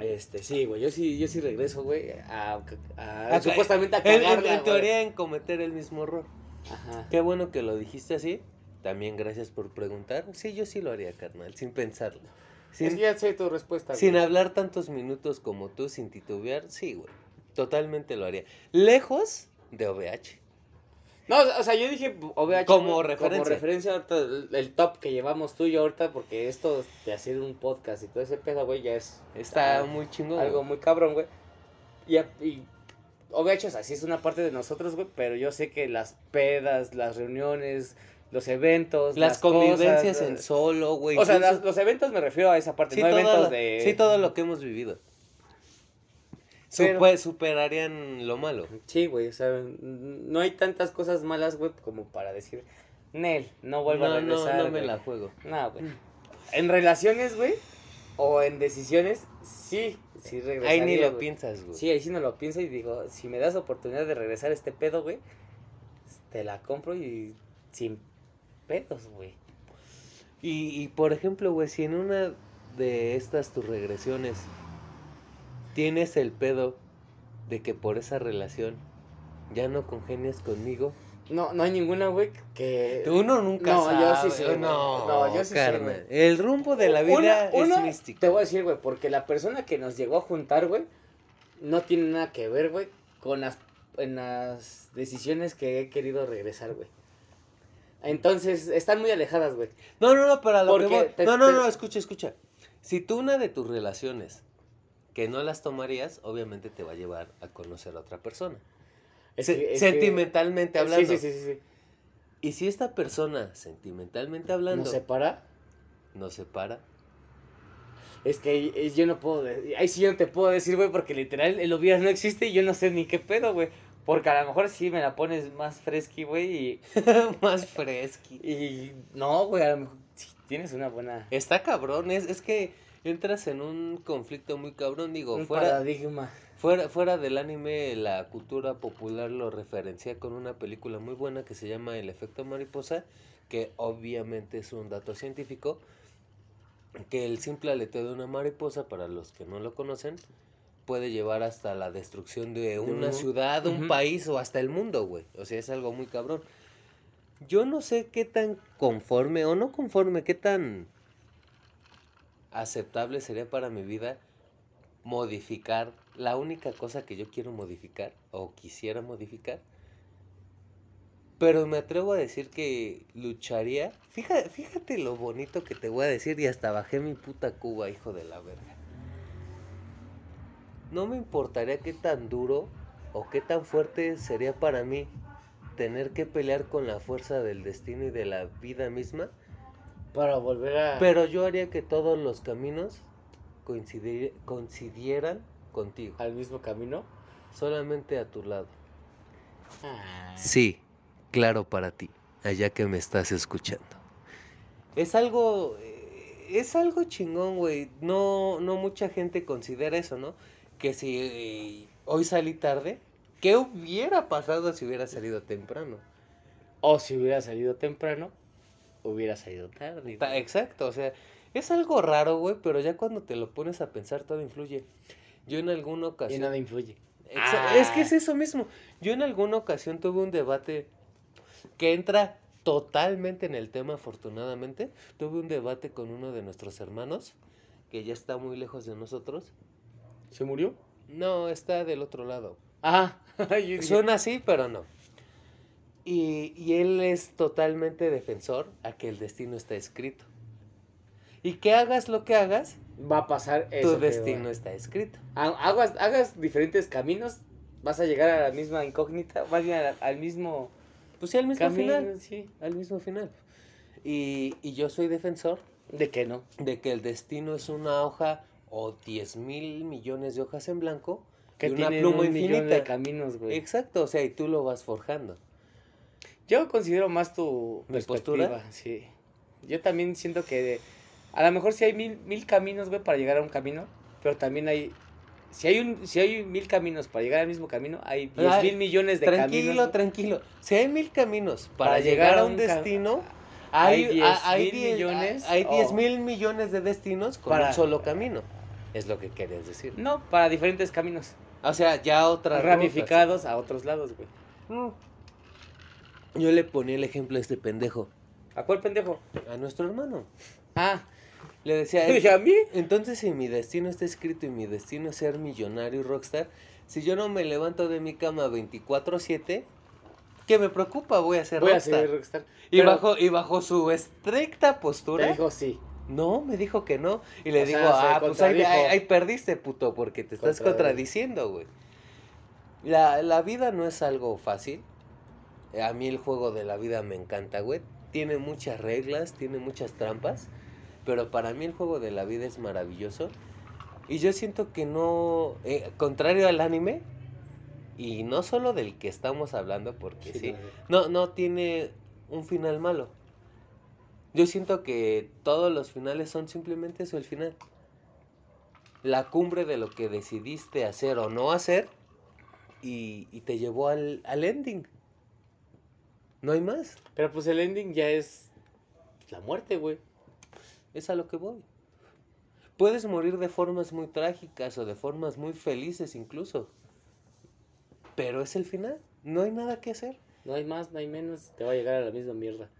[SPEAKER 2] Este, sí, güey. Yo sí, yo sí regreso, güey. A, a-
[SPEAKER 1] A-
[SPEAKER 2] supuestamente a
[SPEAKER 1] En- en-
[SPEAKER 2] cagarla,
[SPEAKER 1] en,
[SPEAKER 2] güey.
[SPEAKER 1] teoría en cometer el mismo error.
[SPEAKER 2] Ajá.
[SPEAKER 1] Qué bueno que lo dijiste así. También gracias por preguntar. Sí, yo sí lo haría, carnal, sin pensarlo. Sin,
[SPEAKER 2] Es que ya sé tu respuesta,
[SPEAKER 1] sin
[SPEAKER 2] güey.
[SPEAKER 1] hablar tantos minutos como tú, sin titubear, sí, güey. Totalmente lo haría. Lejos de OVH.
[SPEAKER 2] No, o sea, yo dije OVH.
[SPEAKER 1] Como
[SPEAKER 2] güey, Como
[SPEAKER 1] referencia.
[SPEAKER 2] referencia ahorita el- el top que llevamos tú y yo ahorita, porque esto de hacer un podcast y todo ese pedo, güey, ya es
[SPEAKER 1] Está
[SPEAKER 2] Ah,
[SPEAKER 1] muy chingón.
[SPEAKER 2] algo
[SPEAKER 1] güey.
[SPEAKER 2] muy cabrón, güey. Y, a- y OVH, o sea, sí es una parte de nosotros, güey, pero yo sé que las pedas, las reuniones, los eventos,
[SPEAKER 1] Las, convivencias
[SPEAKER 2] cosas, eh.
[SPEAKER 1] en solo, güey.
[SPEAKER 2] O sea,
[SPEAKER 1] incluso-
[SPEAKER 2] las- los eventos me refiero a esa parte,
[SPEAKER 1] sí,
[SPEAKER 2] no
[SPEAKER 1] todo
[SPEAKER 2] eventos
[SPEAKER 1] lo,
[SPEAKER 2] de...
[SPEAKER 1] sí, todo lo que hemos vivido.
[SPEAKER 2] Pero-
[SPEAKER 1] Supe- superarían lo malo.
[SPEAKER 2] Sí, güey, o sea, n- no hay tantas cosas malas, güey, como para decir, Nel, no vuelvo a
[SPEAKER 1] No, no,
[SPEAKER 2] regresar.
[SPEAKER 1] no me
[SPEAKER 2] güey".
[SPEAKER 1] la juego.
[SPEAKER 2] No,
[SPEAKER 1] Mm.
[SPEAKER 2] güey. En relaciones, güey, o en decisiones, sí, sí regresaría,
[SPEAKER 1] Ahí ni lo
[SPEAKER 2] güey.
[SPEAKER 1] piensas, güey.
[SPEAKER 2] Sí, ahí sí no lo pienso y digo, si me das oportunidad de regresar este pedo, güey, te la compro y sin pedos, güey.
[SPEAKER 1] Y, y, por ejemplo, güey, si en una de estas tus regresiones tienes el pedo de que por esa relación ya no congenias conmigo,
[SPEAKER 2] No, no hay ninguna, güey, que...
[SPEAKER 1] uno nunca
[SPEAKER 2] no,
[SPEAKER 1] sabe.
[SPEAKER 2] yo sí sé, güey.
[SPEAKER 1] no,
[SPEAKER 2] No, yo sí sé,
[SPEAKER 1] carnal. El rumbo de la
[SPEAKER 2] Una-
[SPEAKER 1] vida
[SPEAKER 2] una,
[SPEAKER 1] es místico.
[SPEAKER 2] Te voy a decir, güey, porque la persona que nos llegó a juntar, güey, no tiene nada que ver, güey, con las, en las decisiones que he querido regresar, güey. Entonces, están muy alejadas, güey.
[SPEAKER 1] No, no, no, pero a lo que
[SPEAKER 2] Porque
[SPEAKER 1] voy-
[SPEAKER 2] te-
[SPEAKER 1] No, no,
[SPEAKER 2] te-
[SPEAKER 1] no, escucha, escucha. Si tú una de tus relaciones que no las tomarías, obviamente te va a llevar a conocer a otra persona.
[SPEAKER 2] Es
[SPEAKER 1] Se-
[SPEAKER 2] que- es que-
[SPEAKER 1] sentimentalmente
[SPEAKER 2] Sí,
[SPEAKER 1] hablando.
[SPEAKER 2] Sí, sí, sí, sí.
[SPEAKER 1] Y si esta persona, sentimentalmente hablando,
[SPEAKER 2] ¿Nos separa?
[SPEAKER 1] nos separa,
[SPEAKER 2] Es que ahí- ahí yo no puedo. de- Ahí sí yo no te puedo decir, güey, porque literal el hubiera no existe y yo no sé ni qué pedo, güey. Porque a lo mejor sí me la pones más fresqui, güey,
[SPEAKER 1] más fresqui.
[SPEAKER 2] y, y. No, güey, a lo mejor sí tienes una buena.
[SPEAKER 1] Está cabrón, es, es que entras en un conflicto muy cabrón, digo,
[SPEAKER 2] Un
[SPEAKER 1] fuera,
[SPEAKER 2] paradigma.
[SPEAKER 1] fuera, fuera del anime, la cultura popular lo referencia con una película muy buena que se llama El efecto mariposa, que obviamente es un dato científico, que el simple aleteo de una mariposa, para los que no lo conocen, puede llevar hasta la destrucción de una
[SPEAKER 2] un-
[SPEAKER 1] ciudad, un
[SPEAKER 2] Ujú.
[SPEAKER 1] país o hasta el mundo, güey. O sea, es algo muy cabrón. Yo no sé qué tan conforme o no conforme, qué tan aceptable sería para mi vida modificar la única cosa que yo quiero modificar o quisiera modificar. Pero me atrevo a decir que lucharía. Fíjate, fíjate lo bonito que te voy a decir y hasta bajé mi puta cuba, hijo de la verga. No me importaría qué tan duro o qué tan fuerte sería para mí tener que pelear con la fuerza del destino y de la vida misma.
[SPEAKER 2] Para volver a.
[SPEAKER 1] Pero yo haría que todos los caminos coincidir- coincidieran contigo,
[SPEAKER 2] al mismo camino.
[SPEAKER 1] solamente a tu lado.
[SPEAKER 2] Ah.
[SPEAKER 1] Sí, claro para ti, allá que me estás escuchando. Es algo, eh, es algo chingón, güey. No, no mucha gente considera eso, ¿no? Que si eh, hoy salí tarde, ¿qué hubiera pasado si hubiera salido temprano?
[SPEAKER 2] O si hubiera salido temprano, hubiera salido tarde.
[SPEAKER 1] Ta- Exacto, o sea, es algo raro, güey, pero ya cuando te lo pones a pensar, todo influye. Yo en alguna
[SPEAKER 2] Y
[SPEAKER 1] ocasión...
[SPEAKER 2] nada influye.
[SPEAKER 1] Exa-
[SPEAKER 2] Ah.
[SPEAKER 1] Es que es eso mismo. Yo en alguna ocasión tuve un debate que entra totalmente en el tema, afortunadamente. Tuve un debate con uno de nuestros hermanos, que ya está muy lejos de nosotros.
[SPEAKER 2] ¿Se murió?
[SPEAKER 1] No, está del otro lado.
[SPEAKER 2] Ah, yo dije,
[SPEAKER 1] Suena así, pero no. Y, y él es totalmente defensor a que el destino está escrito. Y que hagas lo que hagas,
[SPEAKER 2] va a pasar eso.
[SPEAKER 1] tu
[SPEAKER 2] que va.
[SPEAKER 1] destino está escrito.
[SPEAKER 2] Ha- Hagas, hagas diferentes caminos, vas a llegar a la misma incógnita, vas a ir al, al mismo
[SPEAKER 1] Pues sí, al mismo
[SPEAKER 2] camino.
[SPEAKER 1] final.
[SPEAKER 2] Sí.
[SPEAKER 1] Al mismo final. Y- y yo soy defensor
[SPEAKER 2] ¿De qué no?
[SPEAKER 1] de que el destino es una hoja o 10 mil millones de hojas en blanco
[SPEAKER 2] Que
[SPEAKER 1] y una
[SPEAKER 2] tienen
[SPEAKER 1] pluma
[SPEAKER 2] un millón de
[SPEAKER 1] infinita. Eh.
[SPEAKER 2] caminos, güey.
[SPEAKER 1] Exacto, o sea, y tú lo vas forjando.
[SPEAKER 2] Yo considero más tu
[SPEAKER 1] ¿Mi
[SPEAKER 2] perspectiva,
[SPEAKER 1] postura?
[SPEAKER 2] sí. Yo también siento que de- a lo mejor sí hay mil, mil caminos, güey, para llegar a un camino, pero también hay si hay un si hay mil caminos para llegar al mismo camino, hay diez
[SPEAKER 1] Ay,
[SPEAKER 2] mil millones de
[SPEAKER 1] tranquilo,
[SPEAKER 2] caminos. güey.
[SPEAKER 1] tranquilo. Si hay mil caminos para, llegar a un
[SPEAKER 2] ca-
[SPEAKER 1] destino,
[SPEAKER 2] hay
[SPEAKER 1] hay,
[SPEAKER 2] diez
[SPEAKER 1] a- hay
[SPEAKER 2] mil
[SPEAKER 1] diez-
[SPEAKER 2] millones,
[SPEAKER 1] a- Hay
[SPEAKER 2] o-
[SPEAKER 1] 10 mil millones de destinos con
[SPEAKER 2] Para-
[SPEAKER 1] un solo camino. Es lo que querías decir.
[SPEAKER 2] No, para diferentes caminos,
[SPEAKER 1] O sea, ya otras rutas.
[SPEAKER 2] ramificados a otros lados, güey.
[SPEAKER 1] Mm. Yo le ponía el ejemplo a este pendejo,
[SPEAKER 2] ¿A cuál pendejo?
[SPEAKER 1] a nuestro hermano.
[SPEAKER 2] Ah, eh,
[SPEAKER 1] Le decía,
[SPEAKER 2] dije a mí.
[SPEAKER 1] Entonces, si mi destino está escrito y mi destino es ser millonario y rockstar, si yo no me levanto de mi cama 24-7, ¿qué me preocupa? Voy a ser
[SPEAKER 2] Voy a
[SPEAKER 1] rockstar.
[SPEAKER 2] ser rockstar.
[SPEAKER 1] Y,
[SPEAKER 2] Pero-
[SPEAKER 1] bajo, y bajo su estricta
[SPEAKER 2] Te
[SPEAKER 1] postura,
[SPEAKER 2] dijo sí.
[SPEAKER 1] no, me dijo que no. Y le
[SPEAKER 2] O
[SPEAKER 1] digo,
[SPEAKER 2] sea, se
[SPEAKER 1] ah, pues ahí,
[SPEAKER 2] contradijo.
[SPEAKER 1] ahí- ahí perdiste, puto, porque te estás
[SPEAKER 2] Contradijo.
[SPEAKER 1] contradiciendo, güey. La, la vida no es algo fácil. A mí el juego de la vida me encanta, güey. Tiene muchas reglas, tiene muchas trampas. Pero para mí el juego de la vida es maravilloso. Y yo siento que no. eh, contrario al anime, y no solo del que estamos hablando, porque sí
[SPEAKER 2] no, güey.
[SPEAKER 1] no, no tiene un final malo. Yo siento que todos los finales son simplemente eso, el final. La cumbre de lo que decidiste hacer o no hacer y, y te llevó al, al ending. No hay más.
[SPEAKER 2] Pero pues el ending ya es la muerte, güey.
[SPEAKER 1] Es a lo que voy. Puedes morir de formas muy trágicas o de formas muy felices incluso. Pero es el final. No hay nada que hacer.
[SPEAKER 2] No hay más, no hay menos, te va a llegar a la misma mierda.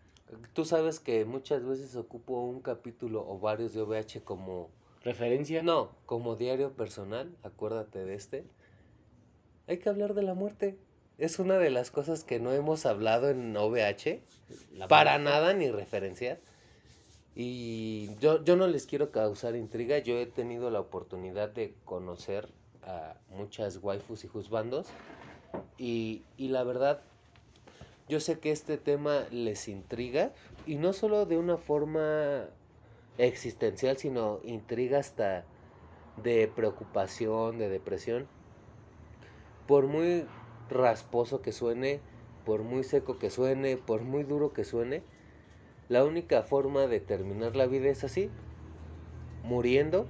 [SPEAKER 1] Tú sabes que muchas veces ocupo un capítulo o varios de OVH como...
[SPEAKER 2] ¿Referencia?
[SPEAKER 1] No, como diario personal, acuérdate de este. Hay que hablar de la muerte. Es una de las cosas que no hemos hablado en OVH,
[SPEAKER 2] La
[SPEAKER 1] para nada ni referenciar. Y yo, yo no les quiero causar intriga, yo he tenido la oportunidad de conocer a muchas waifus y juzbandos. Y, y la verdad, yo sé que este tema les intriga, y no solo de una forma existencial, sino intriga hasta de preocupación, de depresión. Por muy rasposo que suene, por muy seco que suene, por muy duro que suene, la única forma de terminar la vida es así, muriendo,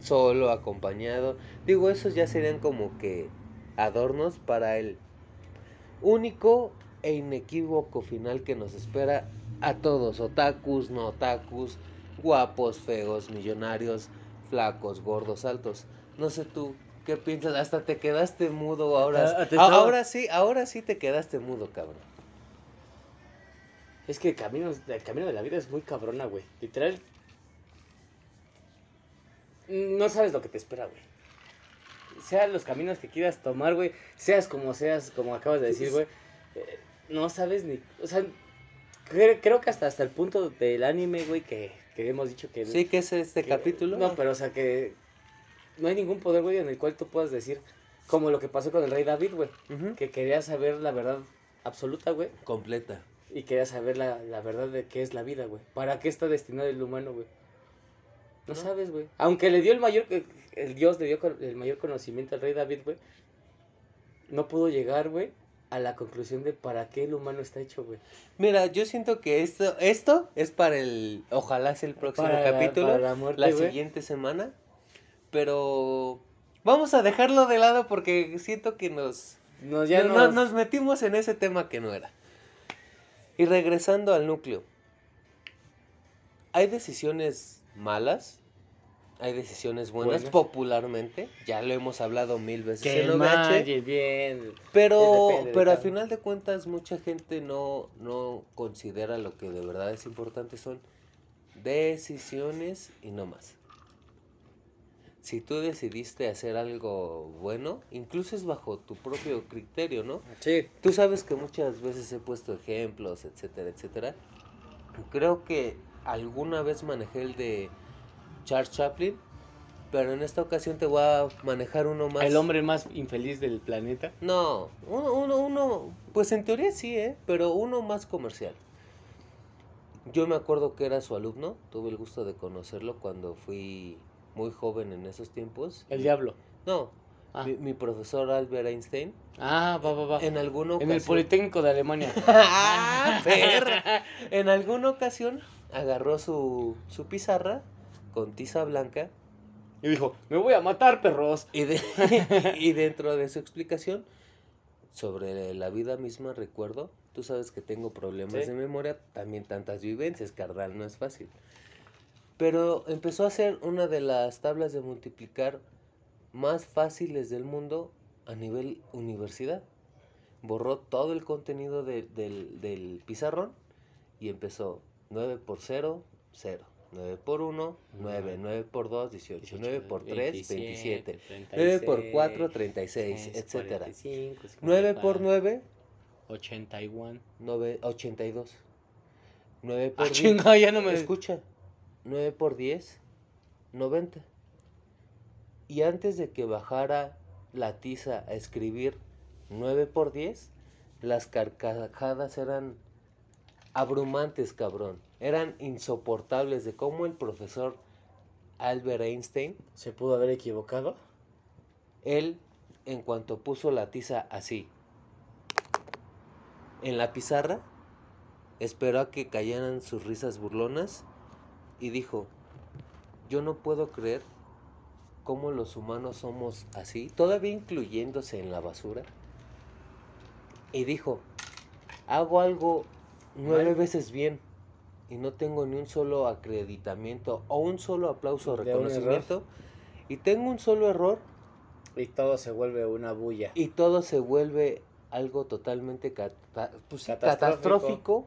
[SPEAKER 1] solo, acompañado. Digo, esos ya serían como que adornos para el único e inequívoco final que nos espera a todos, otakus, no otakus, guapos, feos, millonarios, flacos, gordos, altos. No sé tú, ¿qué piensas? Hasta te quedaste mudo ahora.
[SPEAKER 2] Ah, te
[SPEAKER 1] A-
[SPEAKER 2] estaba-
[SPEAKER 1] Ahora sí, ahora sí te quedaste mudo, cabrón.
[SPEAKER 2] Es que el camino, el camino de la vida es muy cabrona, güey. Literal. No sabes lo que te espera, güey. Sean los caminos que quieras tomar, güey. Seas como seas, como acabas de decir, güey. eh, no sabes ni. O sea, cre- creo que hasta, hasta el punto del anime, güey, que, que hemos dicho que.
[SPEAKER 1] Sí, que es este
[SPEAKER 2] que-
[SPEAKER 1] capítulo.
[SPEAKER 2] No, pero o sea que. No hay ningún poder, güey, en el cual tú puedas decir. Como lo que pasó con el rey David, güey.
[SPEAKER 1] Ujú.
[SPEAKER 2] que quería saber la verdad absoluta, güey,
[SPEAKER 1] Completa.
[SPEAKER 2] y quería saber la, la verdad de qué es la vida, güey. ¿Para qué está destinado el humano, güey? No,
[SPEAKER 1] ¿No?
[SPEAKER 2] sabes, güey. Aunque le dio el mayor. El dios le dio con- el mayor conocimiento al rey David, güey. No pudo llegar, güey, a la conclusión de para qué el humano está hecho, güey.
[SPEAKER 1] Mira, yo siento que esto, esto es para el. Ojalá es el próximo
[SPEAKER 2] Para la-
[SPEAKER 1] capítulo.
[SPEAKER 2] para la muerte,
[SPEAKER 1] la
[SPEAKER 2] güey.
[SPEAKER 1] siguiente semana. Pero. Vamos a dejarlo de lado porque siento que nos.
[SPEAKER 2] No, Pues ya
[SPEAKER 1] no-
[SPEAKER 2] nos-
[SPEAKER 1] no- nos metimos en ese tema que no era. Y regresando al núcleo. Hay decisiones malas. Hay decisiones buenas,
[SPEAKER 2] Buenas.
[SPEAKER 1] popularmente. Ya lo hemos hablado mil veces en
[SPEAKER 2] Que
[SPEAKER 1] OVH.
[SPEAKER 2] malle, bien.
[SPEAKER 1] Pero,
[SPEAKER 2] Es depende de
[SPEAKER 1] pero al
[SPEAKER 2] cada
[SPEAKER 1] final de cuentas mucha gente no, no considera lo que de verdad es importante son decisiones y no más. Si tú decidiste hacer algo bueno, incluso es bajo tu propio criterio, ¿no?
[SPEAKER 2] Sí.
[SPEAKER 1] Tú sabes que muchas veces he puesto ejemplos, etcétera, etcétera. Creo que alguna vez manejé el de Charles Chaplin, pero en esta ocasión te voy a manejar uno más.
[SPEAKER 2] El hombre más infeliz del planeta.
[SPEAKER 1] No, uno, uno, uno, pues en teoría sí, ¿eh? pero uno más comercial. Yo me acuerdo que era su alumno, tuve el gusto de conocerlo cuando fui muy joven en esos tiempos.
[SPEAKER 2] El diablo.
[SPEAKER 1] No,
[SPEAKER 2] Ah,
[SPEAKER 1] mi, mi profesor Albert Einstein,
[SPEAKER 2] Ah, va, va, va. En,
[SPEAKER 1] en alguna
[SPEAKER 2] el
[SPEAKER 1] ocasión...
[SPEAKER 2] Politécnico de Alemania.
[SPEAKER 1] ¡Ah, perra! En alguna ocasión agarró su, su pizarra con tiza blanca
[SPEAKER 2] y dijo, me voy a matar, perros.
[SPEAKER 1] Y, de- y dentro de su explicación sobre la vida misma, recuerdo, tú sabes que tengo problemas
[SPEAKER 2] Sí.
[SPEAKER 1] de memoria, también tantas vivencias, carnal, no es fácil. Pero empezó a hacer una de las tablas de multiplicar más fáciles del mundo a nivel universidad. Borró todo el contenido de- del, del pizarrón y empezó 9 por 0, 0. 9 por 1, 9. 9 por 2, 18. 9 por 3, 27. 9 por 4, 36, etcétera. 9 por 9,
[SPEAKER 2] 81.
[SPEAKER 1] 9, 82. 9 por
[SPEAKER 2] Ah,
[SPEAKER 1] 10,
[SPEAKER 2] chinga, ya no me
[SPEAKER 1] escucha. 9 por 10, 90. Y antes de que bajara la tiza a escribir 9 por 10, las carcajadas eran abrumantes, cabrón. Eran insoportables de cómo el profesor Albert Einstein
[SPEAKER 2] ¿Se pudo haber equivocado?
[SPEAKER 1] Él, en cuanto puso la tiza así en la pizarra, esperó a que cayeran sus risas burlonas y dijo, yo no puedo creer cómo los humanos somos así, todavía incluyéndose en la basura. Y dijo, hago algo nueve
[SPEAKER 2] Mal.
[SPEAKER 1] veces bien y no tengo ni un solo acreditamiento o un solo aplauso o
[SPEAKER 2] De un error.
[SPEAKER 1] reconocimiento y tengo un solo error
[SPEAKER 2] Y todo se vuelve una bulla.
[SPEAKER 1] y todo se vuelve algo totalmente cata- pues sí,
[SPEAKER 2] Catastrófico.
[SPEAKER 1] catastrófico.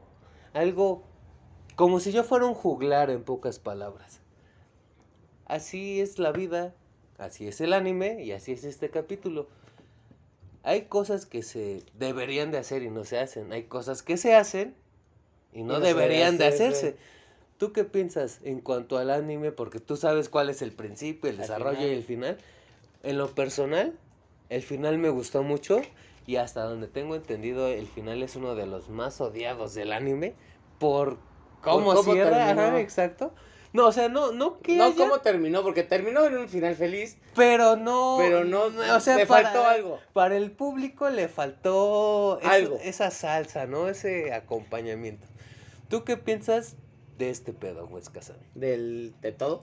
[SPEAKER 1] algo como si yo fuera un juglar en pocas palabras. Así es la vida, así es el anime y así es este capítulo. Hay cosas que se deberían de hacer y no se hacen, hay cosas que se hacen y no,
[SPEAKER 2] no se
[SPEAKER 1] deberían de
[SPEAKER 2] hace,
[SPEAKER 1] hacerse. ¿Tú qué piensas en cuanto al anime? Porque tú sabes cuál es el principio, el
[SPEAKER 2] Al
[SPEAKER 1] desarrollo
[SPEAKER 2] final.
[SPEAKER 1] y el final. En lo personal, el final me gustó mucho y hasta donde tengo entendido, el final es uno de los más odiados del anime por cómo,
[SPEAKER 2] Por cómo
[SPEAKER 1] cierra. ajá,
[SPEAKER 2] terminó.
[SPEAKER 1] exacto. No, o sea, no, no que
[SPEAKER 2] No,
[SPEAKER 1] haya,
[SPEAKER 2] ¿cómo terminó? Porque terminó en un final feliz,
[SPEAKER 1] pero no,
[SPEAKER 2] pero no,
[SPEAKER 1] o sea,
[SPEAKER 2] le
[SPEAKER 1] para-
[SPEAKER 2] faltó algo.
[SPEAKER 1] Para el público le faltó eso-
[SPEAKER 2] Algo.
[SPEAKER 1] esa salsa, ¿no? Ese acompañamiento. ¿Tú qué piensas de este pedo, Huesca-san?
[SPEAKER 2] Del, de todo.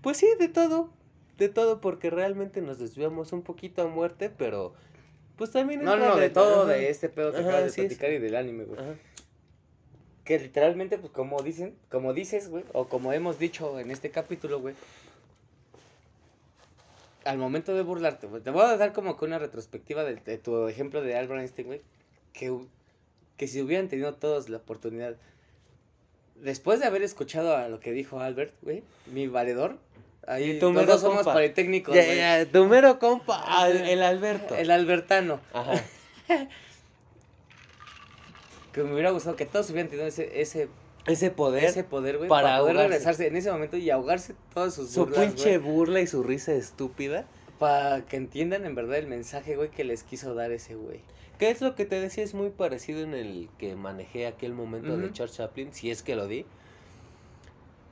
[SPEAKER 1] Pues sí, de todo. De todo, porque realmente nos desviamos un poquito a muerte, pero. Pues también.
[SPEAKER 2] No,
[SPEAKER 1] entra
[SPEAKER 2] no, de todo,
[SPEAKER 1] ajá,
[SPEAKER 2] de este pedo que
[SPEAKER 1] Ajá,
[SPEAKER 2] acabas
[SPEAKER 1] así
[SPEAKER 2] de
[SPEAKER 1] es.
[SPEAKER 2] platicar y del anime, güey.
[SPEAKER 1] ajá.
[SPEAKER 2] Que literalmente, pues como dicen, como dices, güey, o como hemos dicho en este capítulo, güey. Al momento de burlarte, güey, te voy a dar como que una retrospectiva de, de tu ejemplo de Albert Einstein, güey. Que, hu- que si hubieran tenido todos la oportunidad. Después de haber escuchado a lo que dijo Albert, güey, mi valedor. Ahí
[SPEAKER 1] Y tú
[SPEAKER 2] los
[SPEAKER 1] mero,
[SPEAKER 2] dos somos
[SPEAKER 1] compa.
[SPEAKER 2] politécnicos,
[SPEAKER 1] Ya,
[SPEAKER 2] güey.
[SPEAKER 1] ya, tu mero compa, al- el Alberto.
[SPEAKER 2] El albertano.
[SPEAKER 1] Ajá.
[SPEAKER 2] Que me hubiera gustado que todos hubieran tenido ese, ese
[SPEAKER 1] Ese poder,
[SPEAKER 2] ese poder, güey, para,
[SPEAKER 1] para
[SPEAKER 2] poder
[SPEAKER 1] ahogarse.
[SPEAKER 2] regresarse en ese momento y ahogarse todas sus
[SPEAKER 1] su
[SPEAKER 2] pues, burlas,
[SPEAKER 1] pinche burla y su risa estúpida.
[SPEAKER 2] para que entiendan en verdad el mensaje, güey, que les quiso dar ese güey.
[SPEAKER 1] ¿Qué es lo que te decía? Es muy parecido en el que manejé aquel momento de
[SPEAKER 2] Ujú.
[SPEAKER 1] Charles Chaplin, si es que lo di.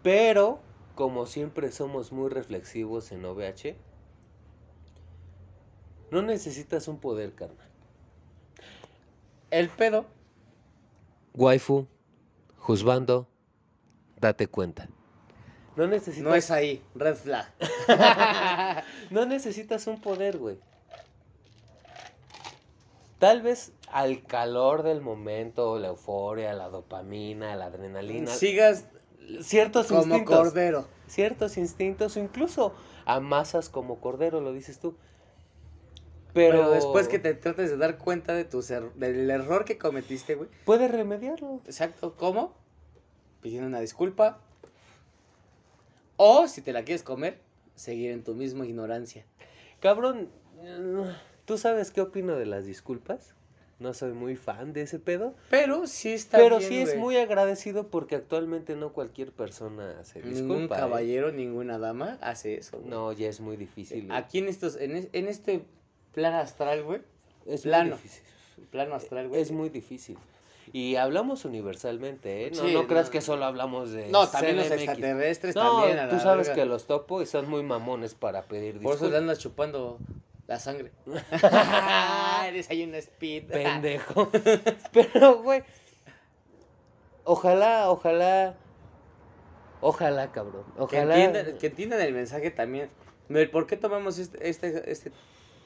[SPEAKER 1] Pero como siempre somos muy reflexivos en OVH, no necesitas un poder, carnal.
[SPEAKER 2] El pedo.
[SPEAKER 1] Waifu, juzgando, date cuenta. No necesitas,
[SPEAKER 2] No es ahí, red flag.
[SPEAKER 1] no necesitas un poder, güey. Tal vez al calor del momento, la euforia, la dopamina, la adrenalina,
[SPEAKER 2] Sigas
[SPEAKER 1] ciertos
[SPEAKER 2] como
[SPEAKER 1] instintos.
[SPEAKER 2] cordero.
[SPEAKER 1] ciertos instintos o incluso amasas como cordero, lo dices tú.
[SPEAKER 2] Pero...
[SPEAKER 1] Pero,
[SPEAKER 2] después que te trates de dar cuenta de tus er- del error que cometiste, güey.
[SPEAKER 1] puedes remediarlo.
[SPEAKER 2] Exacto, ¿cómo? Pidiendo una disculpa. O si te la quieres comer, seguir en tu misma ignorancia.
[SPEAKER 1] Cabrón, mm, ¿tú sabes qué opino de las disculpas? No soy muy fan de ese pedo,
[SPEAKER 2] Pero sí está
[SPEAKER 1] pero
[SPEAKER 2] bien,
[SPEAKER 1] sí es
[SPEAKER 2] güey.
[SPEAKER 1] muy agradecido porque actualmente no cualquier persona se
[SPEAKER 2] Ningún
[SPEAKER 1] disculpa. ¿eh?
[SPEAKER 2] caballero, ninguna dama hace eso. güey.
[SPEAKER 1] No, ya es muy difícil. güey.
[SPEAKER 2] Aquí en estos en, es- en este plan astral, güey.
[SPEAKER 1] es
[SPEAKER 2] plano.
[SPEAKER 1] muy difícil.
[SPEAKER 2] Plano astral, güey.
[SPEAKER 1] Es muy difícil. Y hablamos universalmente, ¿eh? No,
[SPEAKER 2] Sí,
[SPEAKER 1] no creas
[SPEAKER 2] no,
[SPEAKER 1] que
[SPEAKER 2] no.
[SPEAKER 1] solo hablamos de
[SPEAKER 2] No, también los
[SPEAKER 1] CDMX.
[SPEAKER 2] extraterrestres
[SPEAKER 1] No,
[SPEAKER 2] también. a
[SPEAKER 1] tú
[SPEAKER 2] la
[SPEAKER 1] sabes
[SPEAKER 2] verga.
[SPEAKER 1] que los topo y son muy mamones para pedir
[SPEAKER 2] Por
[SPEAKER 1] disculpas.
[SPEAKER 2] eso le andas chupando la sangre. Eres ahí un speed.
[SPEAKER 1] Pendejo. Pero, güey. Ojalá, ojalá. Ojalá, cabrón.
[SPEAKER 2] que,
[SPEAKER 1] Ojalá.
[SPEAKER 2] entiendan, que entiendan el mensaje también. Del por qué tomamos este, este, este-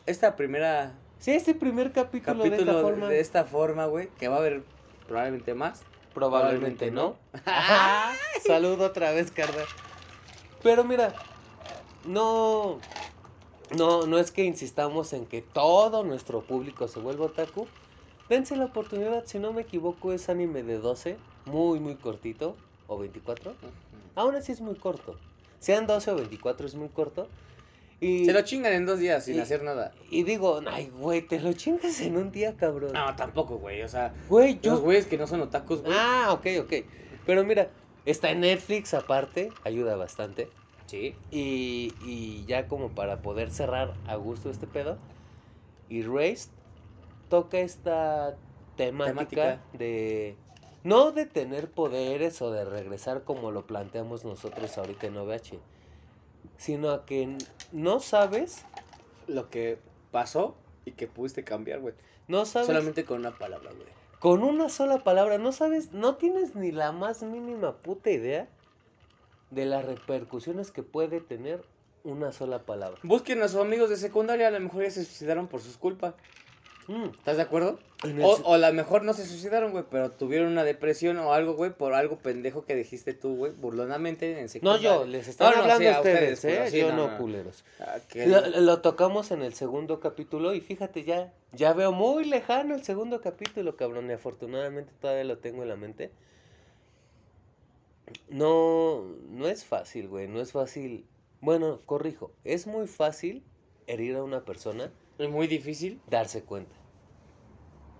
[SPEAKER 2] esta primera
[SPEAKER 1] Sí, este primer capítulo, de
[SPEAKER 2] capítulo
[SPEAKER 1] esta forma.
[SPEAKER 2] de este esta forma, güey. Que va a haber probablemente más.
[SPEAKER 1] Probablemente
[SPEAKER 2] probablemente
[SPEAKER 1] no. Saludo otra vez, carnal. Pero mira, no. No, no es que insistamos en que todo nuestro público se vuelva otaku. Dense la oportunidad, si no me equivoco, es anime de 12, muy, muy cortito, o 24. Aún así es muy corto. Sean 12 o 24 es muy corto. Y,
[SPEAKER 2] Se lo chingan en dos días sin
[SPEAKER 1] Y-
[SPEAKER 2] hacer nada.
[SPEAKER 1] y digo, ay, güey, te lo chingas en un día, cabrón.
[SPEAKER 2] No, tampoco, güey. O sea,
[SPEAKER 1] Güey, yo...
[SPEAKER 2] Ah, los güeyes que no son otakus, güey.
[SPEAKER 1] Ah, ok, ok. Pero mira, está en Netflix aparte, ayuda bastante.
[SPEAKER 2] Sí.
[SPEAKER 1] Y, y ya como para poder cerrar a gusto este pedo, Erased toca esta temática,
[SPEAKER 2] Temática.
[SPEAKER 1] de... No de tener poderes o de regresar como lo planteamos nosotros ahorita en OVH, sino a que n- no sabes,
[SPEAKER 2] Lo que pasó y que pudiste cambiar, güey.
[SPEAKER 1] no sabes,
[SPEAKER 2] Solamente con una palabra, güey.
[SPEAKER 1] con una sola palabra, no sabes, no tienes ni la más mínima puta idea de las repercusiones que puede tener una sola palabra.
[SPEAKER 2] Busquen a sus amigos de secundaria, a lo mejor ya se suicidaron por sus culpas.
[SPEAKER 1] Mm,
[SPEAKER 2] ¿Estás de acuerdo?
[SPEAKER 1] en el
[SPEAKER 2] O,
[SPEAKER 1] se-
[SPEAKER 2] o a lo mejor no se suicidaron, güey, pero tuvieron una depresión o algo, güey, por algo pendejo que dijiste tú, güey, burlonamente en
[SPEAKER 1] No,
[SPEAKER 2] secundaria.
[SPEAKER 1] yo, les están
[SPEAKER 2] No, no,
[SPEAKER 1] hablando
[SPEAKER 2] sí,
[SPEAKER 1] a
[SPEAKER 2] a
[SPEAKER 1] ustedes,
[SPEAKER 2] ustedes, pero
[SPEAKER 1] ¿eh?
[SPEAKER 2] sí,
[SPEAKER 1] yo
[SPEAKER 2] no,
[SPEAKER 1] no,
[SPEAKER 2] no.
[SPEAKER 1] culeros.
[SPEAKER 2] Ah, que-
[SPEAKER 1] Lo, lo tocamos en el segundo capítulo y fíjate ya, ya veo muy lejano el segundo capítulo, cabrón, y afortunadamente todavía lo tengo en la mente. No, no es fácil, güey, no es fácil. Bueno, corrijo, es muy fácil herir a una persona,
[SPEAKER 2] Es muy difícil.
[SPEAKER 1] darse cuenta.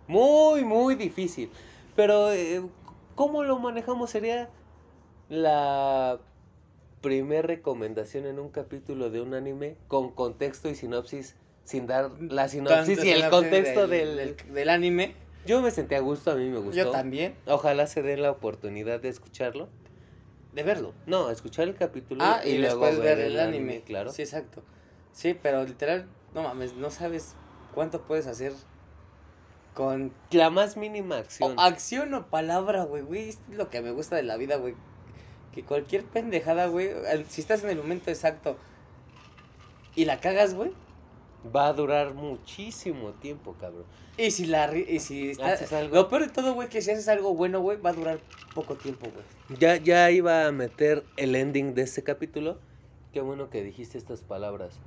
[SPEAKER 1] Muy, muy difícil. Pero, eh, ¿cómo lo manejamos? Sería la primera recomendación en un capítulo de un anime con contexto y sinopsis, sin dar la sinopsis
[SPEAKER 2] Tanto
[SPEAKER 1] y el
[SPEAKER 2] sinapsis
[SPEAKER 1] contexto del,
[SPEAKER 2] del- del anime.
[SPEAKER 1] Yo me sentí a gusto, a mí me gustó.
[SPEAKER 2] Yo también.
[SPEAKER 1] Ojalá se den la oportunidad de escucharlo.
[SPEAKER 2] De verlo.
[SPEAKER 1] No, escuchar el capítulo
[SPEAKER 2] Ah, y,
[SPEAKER 1] luego
[SPEAKER 2] después ver el anime.
[SPEAKER 1] claro.
[SPEAKER 2] Sí, exacto. Sí, pero literal, no mames, no sabes cuánto puedes hacer con
[SPEAKER 1] La más mínima
[SPEAKER 2] O
[SPEAKER 1] acción.
[SPEAKER 2] acción o palabra, güey, güey, es lo que me gusta de la vida, güey. Que cualquier pendejada, güey, al- si estás en el momento exacto y la cagas, güey,
[SPEAKER 1] Va a durar muchísimo tiempo, cabrón.
[SPEAKER 2] y si la ri- y si está-
[SPEAKER 1] Haces algo.
[SPEAKER 2] lo peor de todo, güey, que si haces algo bueno, güey, va a durar poco tiempo, güey.
[SPEAKER 1] Ya, ya iba a meter el ending de este capítulo. Qué bueno que dijiste estas palabras.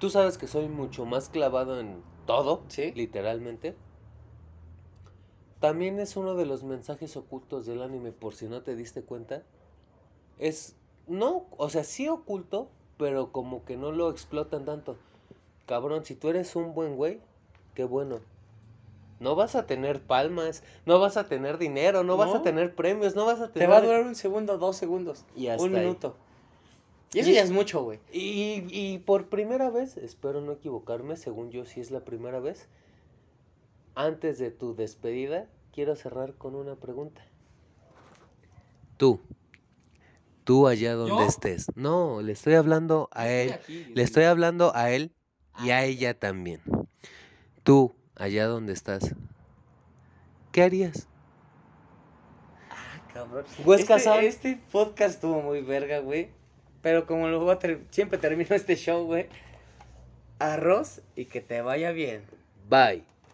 [SPEAKER 1] Tú sabes que soy mucho más clavado en todo,
[SPEAKER 2] Sí.
[SPEAKER 1] literalmente. También es uno de los mensajes ocultos del anime, por si no te diste cuenta. Es, no, o sea, sí oculto, pero como que no lo explotan tanto. Cabrón, si tú eres un buen güey, qué bueno. No vas a tener palmas, no vas a tener dinero, no, vas a
[SPEAKER 2] No.
[SPEAKER 1] tener premios, no vas a
[SPEAKER 2] Te
[SPEAKER 1] tener...
[SPEAKER 2] va a durar un segundo, dos segundos,
[SPEAKER 1] Y hasta
[SPEAKER 2] un
[SPEAKER 1] ahí.
[SPEAKER 2] minuto. Y eso
[SPEAKER 1] Y-
[SPEAKER 2] ya es mucho, güey.
[SPEAKER 1] Y, y por primera vez, espero no equivocarme, según yo sí es la primera vez, antes de tu despedida, quiero cerrar con una pregunta. Tú, Tú allá donde
[SPEAKER 3] ¿Yo?
[SPEAKER 1] estés. No, le estoy hablando a él. Le estoy hablando a él y a ella también. Tú, allá donde estás, ¿qué harías?
[SPEAKER 2] Cabrón.
[SPEAKER 1] Güey,
[SPEAKER 2] Este-
[SPEAKER 1] casado.
[SPEAKER 2] Este, podcast estuvo muy verga, güey. Pero como lo voy a ter- siempre termino este show, güey. Arroz y que te vaya bien.
[SPEAKER 1] Bye.